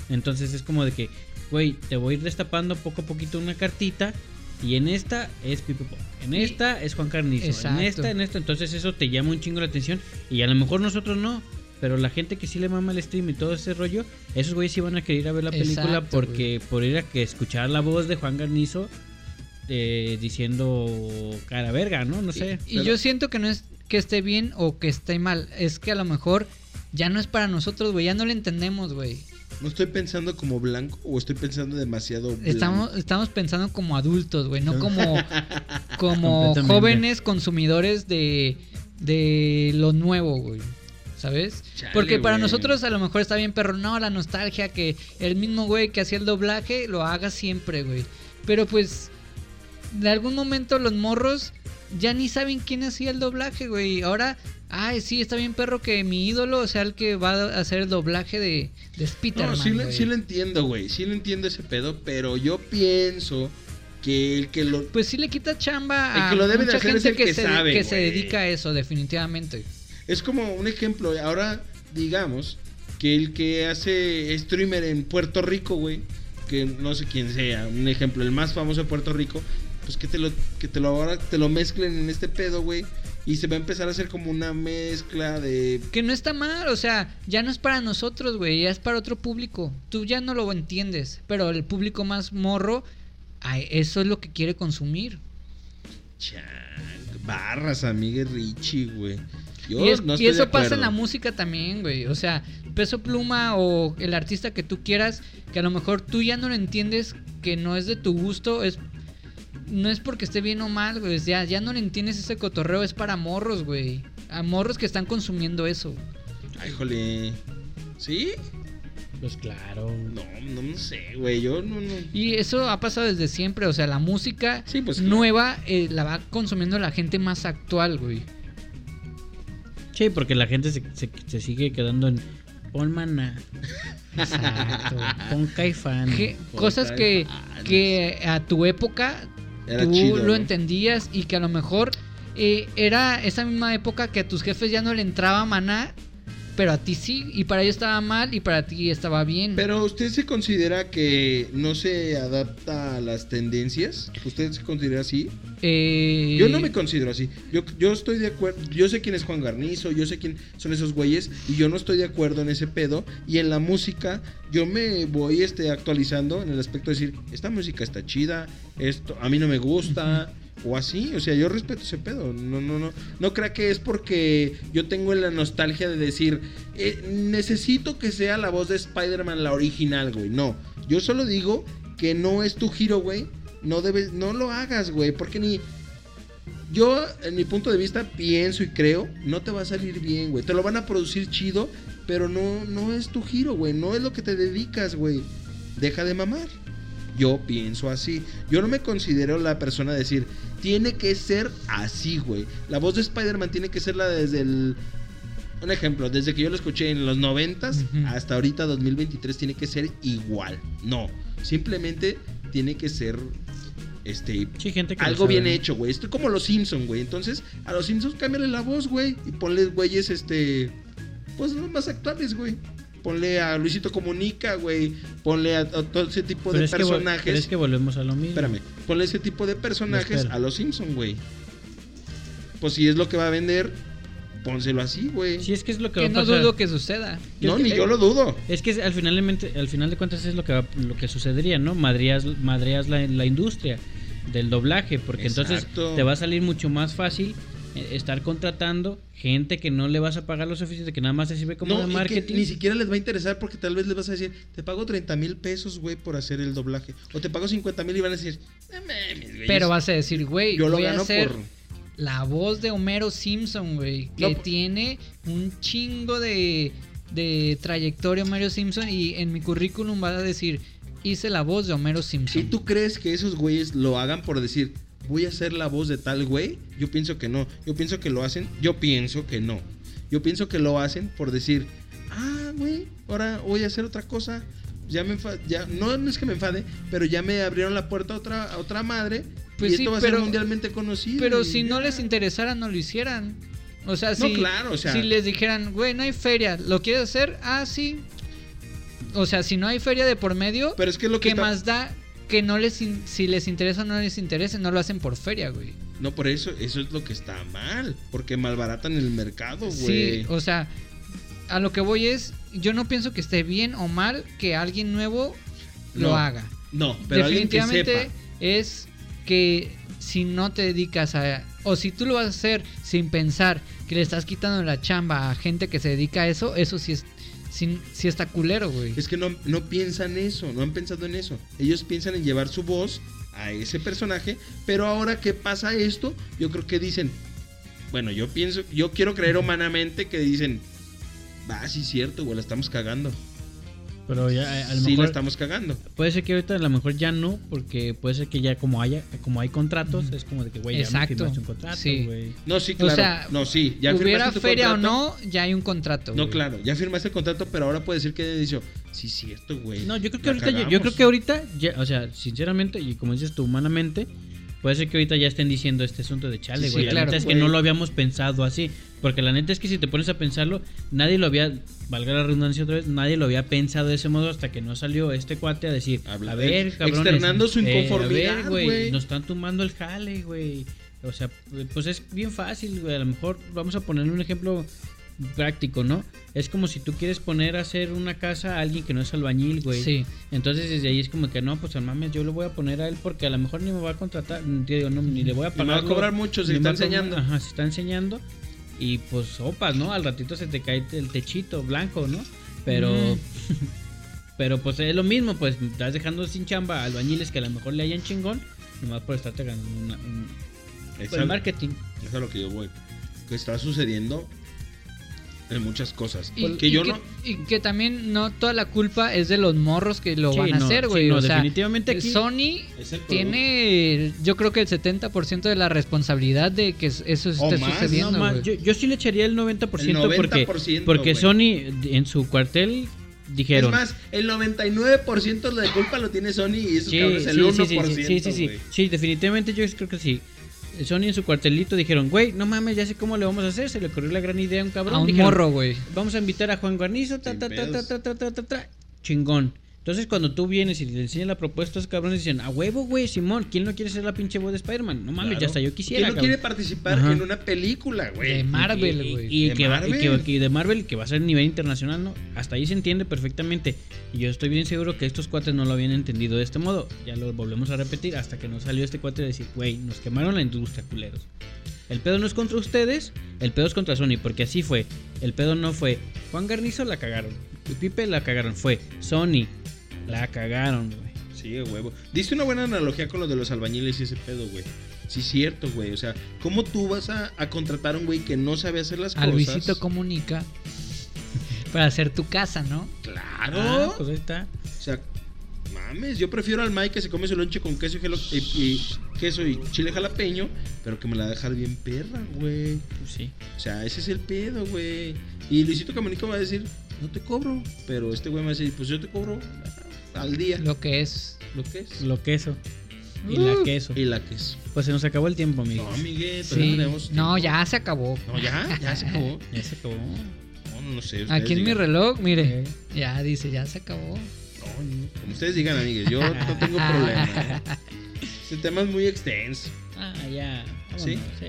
Entonces es como de que, güey, te voy a ir destapando poco a poquito una cartita. Y en esta es Pipo Pop, En
Y-
esta es Juan Carnizo.
Exacto.
En esta, en esta. Entonces eso te llama un chingo la atención. Y a lo mejor nosotros no. Pero la gente que sí le mama el stream y todo ese rollo, esos güeyes sí van a querer ir a ver la película
Exacto,
porque por ir a que escuchar la voz de Juan Carnizo eh, diciendo cara verga, ¿no? No sé.
Y
pero-
yo siento que no es que esté bien o que esté mal. Es que a lo mejor ya no es para nosotros, güey. Ya no lo entendemos, güey.
¿No estoy pensando como blanco o estoy pensando demasiado blanco?
Estamos, estamos pensando como adultos, güey, no
[LAUGHS]
como, como
Completamente.
jóvenes consumidores de, de lo nuevo, güey. ¿sabes?
Chale,
Porque para
güey.
nosotros a lo mejor está bien, pero no, la nostalgia que el mismo güey que hacía el doblaje lo haga siempre, güey. Pero pues, de algún momento los morros ya ni saben quién hacía el doblaje, güey. Ahora, ay, sí, está bien, perro, que mi ídolo sea el que va a hacer el doblaje de, de Spider-Man.
No, sí, le-
güey.
sí lo entiendo, güey. Sí lo entiendo ese pedo, pero yo pienso que el que lo.
Pues sí le quita chamba a
El que lo debe de
mucha
hacer es
gente
el
que,
que
se,
sabe,
que se
güey.
dedica a eso, definitivamente.
Es como un ejemplo. Ahora, digamos que el que hace streamer en Puerto Rico, güey. Que no sé quién sea. Un ejemplo, el más famoso de Puerto Rico. Pues que te lo, que te lo ahora te lo mezclen en este pedo, güey. Y se va a empezar a hacer como una mezcla de.
Que no está mal, o sea, ya no es para nosotros, güey, ya es para otro público. Tú ya no lo entiendes, pero el público más morro, ay, eso es lo que quiere consumir.
Chan, barras, amigues Richie, güey. Yo
y es-
no
y
estoy de
eso pasa en
acuerdo.
la música también, güey. O sea, Peso Pluma o el artista que tú quieras, que a lo mejor tú ya no lo entiendes, que no es de tu gusto, es no es porque esté bien o mal, güey. es Ya, ya no le entiendes ese cotorreo, es para morros, güey. A morros que están consumiendo eso.
Ay, jole. ¿Sí?
Pues claro.
No, no, no sé, güey. Yo no, no.
Y eso ha pasado desde siempre, o sea, la música
Sí, pues, claro.
nueva eh, la va consumiendo la gente más actual, güey.
Sí, porque la gente se, se- se sigue quedando en. Pon maná.
Exacto.
Pon caifán.
Que-
Por
cosas que,
caifanes.
que a tu época
Era
tú
chido,
lo
¿no?
entendías y que a lo mejor eh, era esa misma época que a tus jefes ya no le entraba maná, pero a ti sí, y para ellos estaba mal y para ti estaba bien.
Pero usted se considera que no se adapta a las tendencias? ¿Usted se considera así?
Eh,
Yo no me considero así. Yo, yo estoy de acuerdo. Yo sé quién es Juan Garnizo, yo sé quién son esos güeyes y yo no estoy de acuerdo en ese pedo. Y en la música yo me voy este, actualizando en el aspecto de decir, esta música está chida, esto a mí no me gusta. O así, o sea, yo respeto ese pedo. No, no, no. No crea que es porque yo tengo la nostalgia de decir, "Eh, necesito que sea la voz de Spider-Man la original, güey. No, yo solo digo que no es tu giro, güey. No debes, no lo hagas, güey. Porque ni, yo, en mi punto de vista, pienso y creo, no te va a salir bien, güey. Te lo van a producir chido, pero no, no es tu giro, güey. No es lo que te dedicas, güey. Deja de mamar. Yo pienso así. Yo no me considero la persona de decir, tiene que ser así, güey. La voz de Spider-Man tiene que ser la desde el... Un ejemplo, desde que yo lo escuché en los 90
Ujú.
hasta ahorita 2023 tiene que ser igual. No, simplemente tiene que ser este
Sí, gente que lo
algo bien
sabe.
hecho, güey. Esto es como los Simpsons, güey. Entonces, a los Simpsons cámbiale la voz, güey. Y ponle güeyes, este. Pues los más actuales, güey. Ponle a Luisito Comunica, güey. Ponle a, a todo ese tipo
Pero
de
es, que, vol-
personajes.
pero es que volvemos a lo mismo.
Espérame. Ponle ese tipo de personajes
espero.
a los Simpsons, güey. Pues si es lo que va a vender, pónselo así, güey.
Sí, es que es lo que,
que
va
no
a pasar.
dudo que suceda.
no,
es que-
ni yo lo dudo.
Es que al final, al final de cuentas es lo que, va- lo que sucedería, ¿no? Madreas, madreas la, la industria del doblaje, porque
Exacto.
entonces te va a salir mucho más fácil eh, estar contratando gente que no le vas a pagar lo suficiente, que nada más te sirve como
No,
de
y que
marketing.
ni siquiera les va a interesar porque tal vez les vas a decir, te pago 30 mil pesos, güey, por hacer el doblaje. O te pago 50 mil y van a decir, no mames, güey.
Pero vas a decir, güey,
Yo lo
voy a
gano
hacer
por.
la voz de Homero Simpson, güey, que
No, po-
tiene un chingo de, de trayectoria Homero Simpson y en mi currículum va a decir, hice la voz de Homero
¿Y
Simpson.
tú crees que esos güeyes lo hagan por decir, voy a hacer la voz de tal güey? Yo pienso que no. Yo pienso que lo hacen. Yo pienso que no. Yo pienso que lo hacen por decir, ah, güey, ahora voy a hacer otra cosa. Ya me enfa- ya no, no es que me enfade, pero ya me abrieron la puerta a otra, a otra madre.
Pues
y
sí,
esto va a
pero-
ser mundialmente conocido.
Pero
y
si no
ya.
les interesara, no lo hicieran. O sea,
No,
si,
claro, o sea.
si les dijeran, güey, no hay feria, ¿lo quieres hacer? Ah, sí. O sea, si no hay feria de por medio,
Pero es que es lo que
¿qué
está-
más da? Que no les, in- si les interesa o no les interesa, no lo hacen por feria, güey.
No, por eso, eso es lo que está mal. Porque malbaratan el mercado, güey.
Sí, o sea, a lo que voy es, yo no pienso que esté bien o mal que alguien nuevo lo
No,
haga.
no, pero alguien que
Definitivamente
sepa.
es que si no te dedicas a... O si tú lo vas a hacer sin pensar que le estás quitando la chamba a gente que se dedica a eso, eso sí, es, sí, sí está culero, güey.
Es que no, no piensan eso, no han pensado en eso. Ellos piensan en llevar su voz a ese personaje, pero ahora que pasa esto, yo creo que dicen, bueno, yo pienso, yo quiero creer humanamente que dicen, ah, sí, cierto, güey, la estamos cagando.
Pero ya, eh, a- a lo
sí,
mejor
la estamos cagando.
puede ser que ahorita a lo mejor ya no, porque puede ser que ya como haya, como hay contratos, es como de que, güey, ya me
Exacto.
firmaste un contrato,
Sí.
güey.
No, sí, claro.
sea,
no, sí, ya
Hubiera
firmaste tu
feria
contrato.
o no, ya hay un contrato.
No,
güey.
claro, ya firmaste el contrato, pero ahora puedes decir que dicho, sí, cierto, güey.
No, yo creo que
la
ahorita, yo, yo
cagamos".
creo que ahorita, ya- o sea, sinceramente, y como dices tú, humanamente, puede ser que ahorita ya estén diciendo este asunto de chale,
Sí,
güey.
sí,
la
claro,
neta es que
güey.
no lo habíamos pensado así. Porque la neta es que si te pones a pensarlo, nadie lo había, valga la redundancia otra vez, nadie lo había pensado de ese modo hasta que no salió este cuate a decir,
Habla-
a ver, cabrones.
externando su
eh, a
inconformidad,
ver,
güey.
Nos están tumbando el jale, güey. O sea, pues es bien fácil, güey. A lo mejor vamos a poner un ejemplo práctico, ¿no? Es como si tú quieres poner a hacer una casa a alguien que no es albañil, güey.
Sí.
Entonces desde ahí es como que no, pues al mames, yo lo voy a poner a él porque a lo mejor ni me va a contratar, ni, te digo, no, ni le voy a
Y me
pagar.
va a
lo-
cobrar mucho, se
ni
está
me va a cobrar-
enseñando.
Ajá, se está enseñando. Y pues sopas, ¿no? Al ratito se te cae el techito blanco, ¿no? Pero.
Mm.
[LAUGHS] pero pues es lo mismo, pues estás dejando sin chamba a albañiles que a lo mejor le hayan chingón, nomás por estarte ganando una- un,
Exacto.
por el marketing.
Es a lo que yo voy. Que está sucediendo en muchas cosas.
Y,
que
y
yo
que,
no.
y que también no toda la culpa es de los morros que lo
Sí,
van a
no,
hacer,
sí,
güey.
no,
o sea,
definitivamente aquí-
Sony
Es el producto.
tiene, yo creo que el 70% de la responsabilidad de que eso esté
O más,
sucediendo.
No, ma,
güey.
yo, yo sí le echaría el 90%,
El
porque,
90%,
porque
güey.
Sony en su cuartel
Es
dijeron...
más, el 99% de la culpa lo tiene Sony y esos cabrones el 1%.
sí, sí, sí, sí, sí.
güey.
Sí, definitivamente yo creo que sí. Sony en su cuartelito dijeron, güey, no mames, ya sé cómo le vamos a hacer. Se le ocurrió la gran idea a un cabrón.
a un
dijeron,
morro, güey.
Vamos a invitar a Juan Guarnizo, ta,
Sin
ta, ta, ta,
pedos.
ta, ta, ta, ta, ta, chingón. Entonces cuando tú vienes y le enseñas la propuesta a esos cabrones, dicen, a huevo, güey, Simón, ¿quién no quiere ser la pinche voz de Spider-Man? No mames,
Claro.
ya hasta yo quisiera.
¿Quién no
cabrón".
quiere participar
Ajá.
en una película,
De
güey?
Marvel,
Y-
güey.
Y, y
De
que va- y que-
Marvel.
que de Marvel, que va a ser a nivel internacional, ¿no? Hasta ahí se entiende perfectamente. Y yo estoy bien seguro que estos cuates no lo habían entendido de este modo. Ya lo volvemos a repetir hasta que nos salió este cuate de decir, güey, nos quemaron la industria, culeros. El pedo no es contra ustedes, el pedo es contra Sony, porque así fue. El pedo no fue Juan Garnizo la cagaron, y Pipe la cagaron, fue Sony la cagaron, güey.
Sí, a huevo. Diste una buena analogía con lo de los albañiles y ese pedo, güey. Sí, cierto, güey. O sea, ¿cómo tú vas a, a contratar a un güey que no sabe hacer las
A Luisito
cosas?
comunica para hacer tu casa, ¿no?
Claro.
Ah, pues ahí está.
O sea, mames, yo prefiero al Mike que se come su lonche con queso y, jalo- y- y queso y chile jalapeño, pero que me la dejar bien perra, güey.
Pues sí.
O sea, ese es el pedo, güey. Y Luisito Comunica va a decir, no te cobro, pero este güey me va a decir, pues yo te cobro al día lo,
Lo que es.
que es
Lo queso. Y la
Uh.
queso.
y la que es.
Pues se nos acabó el tiempo, amigo.
No, Miguel, todavía
Sí.
tenemos
No,
tiempo.
ya se acabó.
No, ya, ya se acabó.
Ya se acabó.
No, no, no sé. ustedes
Aquí en mi
digan.
reloj, mire,
Eh.
ya dice, ya se acabó.
No, no, Como ustedes digan, amigues, yo no tengo
[LAUGHS]
problema. ¿eh? Este tema es muy extenso.
Ah, ya.
¿Sí?
Vámonos, sí.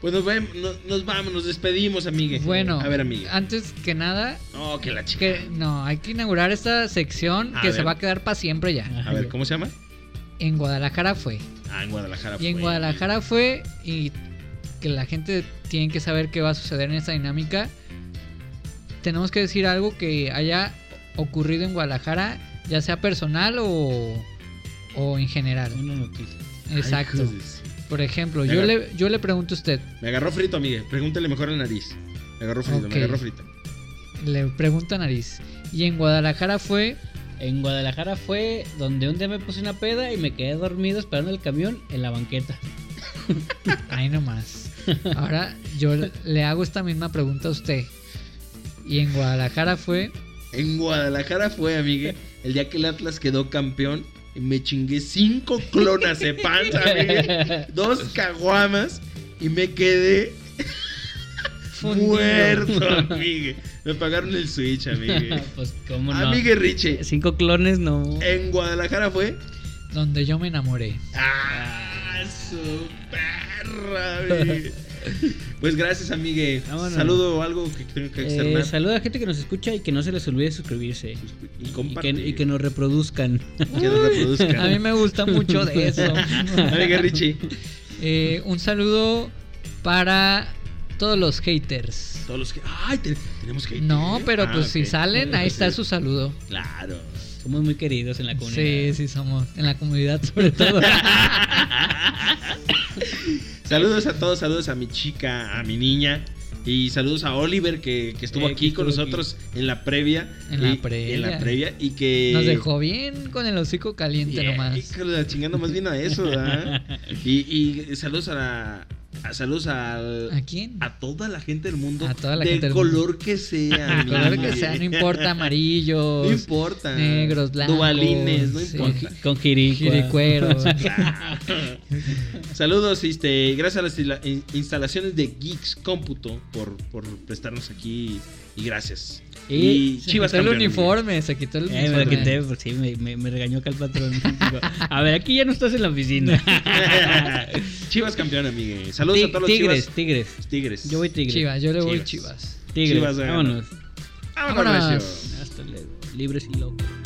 Pues nos, vemos, nos, nos vamos, nos despedimos, amigues.
Bueno,
A ver, amigues.
antes que nada,
No, que la chica.
que no, hay que inaugurar esta sección
A
que se
ver. Ah.
va a quedar para siempre ya.
A ver, ¿cómo se llama?
En Guadalajara fue.
Ah, en Guadalajara.
Y en
fue.
Guadalajara fue y que la gente tiene que saber qué va a suceder en esta dinámica. Tenemos que decir algo que haya ocurrido en Guadalajara, ya sea personal o, o en general.
Una noticia.
Ay,
Exacto.
hijos de su-
Por ejemplo, yo
Venga.
le, yo le pregunto a usted,
Me agarró frito, amigues. Pregúntale mejor al nariz. Me agarró frito,
Ok.
me agarró frito.
le pregunto a Nariz. Y en Guadalajara fue
En Guadalajara fue donde un día me puse una peda y me quedé dormido esperando el camión en la banqueta. [LAUGHS]
[LAUGHS]
Ahí nomás. Ahora yo le hago esta misma pregunta a usted. Y en Guadalajara fue.
En Guadalajara fue, amigue, el día que el Atlas quedó campeón. Me chingué cinco clonas de panza, amigue.
[LAUGHS]
Dos caguamas. Y me quedé
Fundido.
muerto, amigue. Me pagaron el switch, amigue.
pues cómo no.
Amigue Eh, Richie,
Cinco clones no.
en Guadalajara fue.
Donde yo me enamoré.
¡Ah! ¡Su perra,
[LAUGHS]
amigue. Pues gracias, amigue.
Vámonos.
Saludo o algo que tengo que
Eh,
externar.
saluda a la gente que nos escucha y que no se les olvide suscribirse.
y
Y que,
comparte.
y que nos reproduzcan.
[LAUGHS]
[LAUGHS]
Que nos reproduzcan.
A mí me gusta mucho de
[LAUGHS]
eso.
Amigue Richie.
Eh, un saludo para todos los haters.
Todos los que. ¡Ay! te- tenemos que.
No, pero
Ah,
pues si
ok.
salen, ahí está su saludo.
Claro.
Somos muy queridos en la comunidad.
Sí, sí somos. En la comunidad sobre todo.
Saludos a todos, saludos a mi chica, a mi niña. Y saludos a Oliver que, que estuvo
Eh, que
aquí con
estuvo aquí.
nosotros en la previa.
En la
y-
previa.
En la previa y que...
Nos dejó bien con el hocico caliente
Yeah,
nomás.
hijo de la chingada, más bien a eso, ¿verdad? Y, y saludos a la- a- saludos al-
¿A quién?
a toda la gente del mundo.
A toda la
del
gente del
color
mundo.
que
[LAUGHS]
sea.
Claro que
güey.
sea, no importa, amarillos,
No importa.
negros, blancos,
Dubalines, no
sí.
importa. [LAUGHS]
Con Jiricua.
jiricueros.
Saludos, este, gracias a las isla- in- instalaciones de Geeks Cómputo por, por prestarnos aquí y gracias.
Y,
Y
se
Chivas
quitó el
campeón,
uniforme, se quitó el
Eh, me
uniforme.
la quité, pues sí, me, me- me regañó acá el patrón. [LAUGHS] Digo, a ver, aquí ya no estás en la oficina.
[LAUGHS] Chivas campeón, amigue. Saludos a
Ti-
todos los
tigres,
Chivas.
tigres.
Tigres.
Yo voy tigres.
Chivas, yo le voy
Chivas.
Chivas.
Tigres.
Chivas, eh.
Vámonos.
Vámonos,
Vámonos.
recio.
Hasta luego. Libres y locos.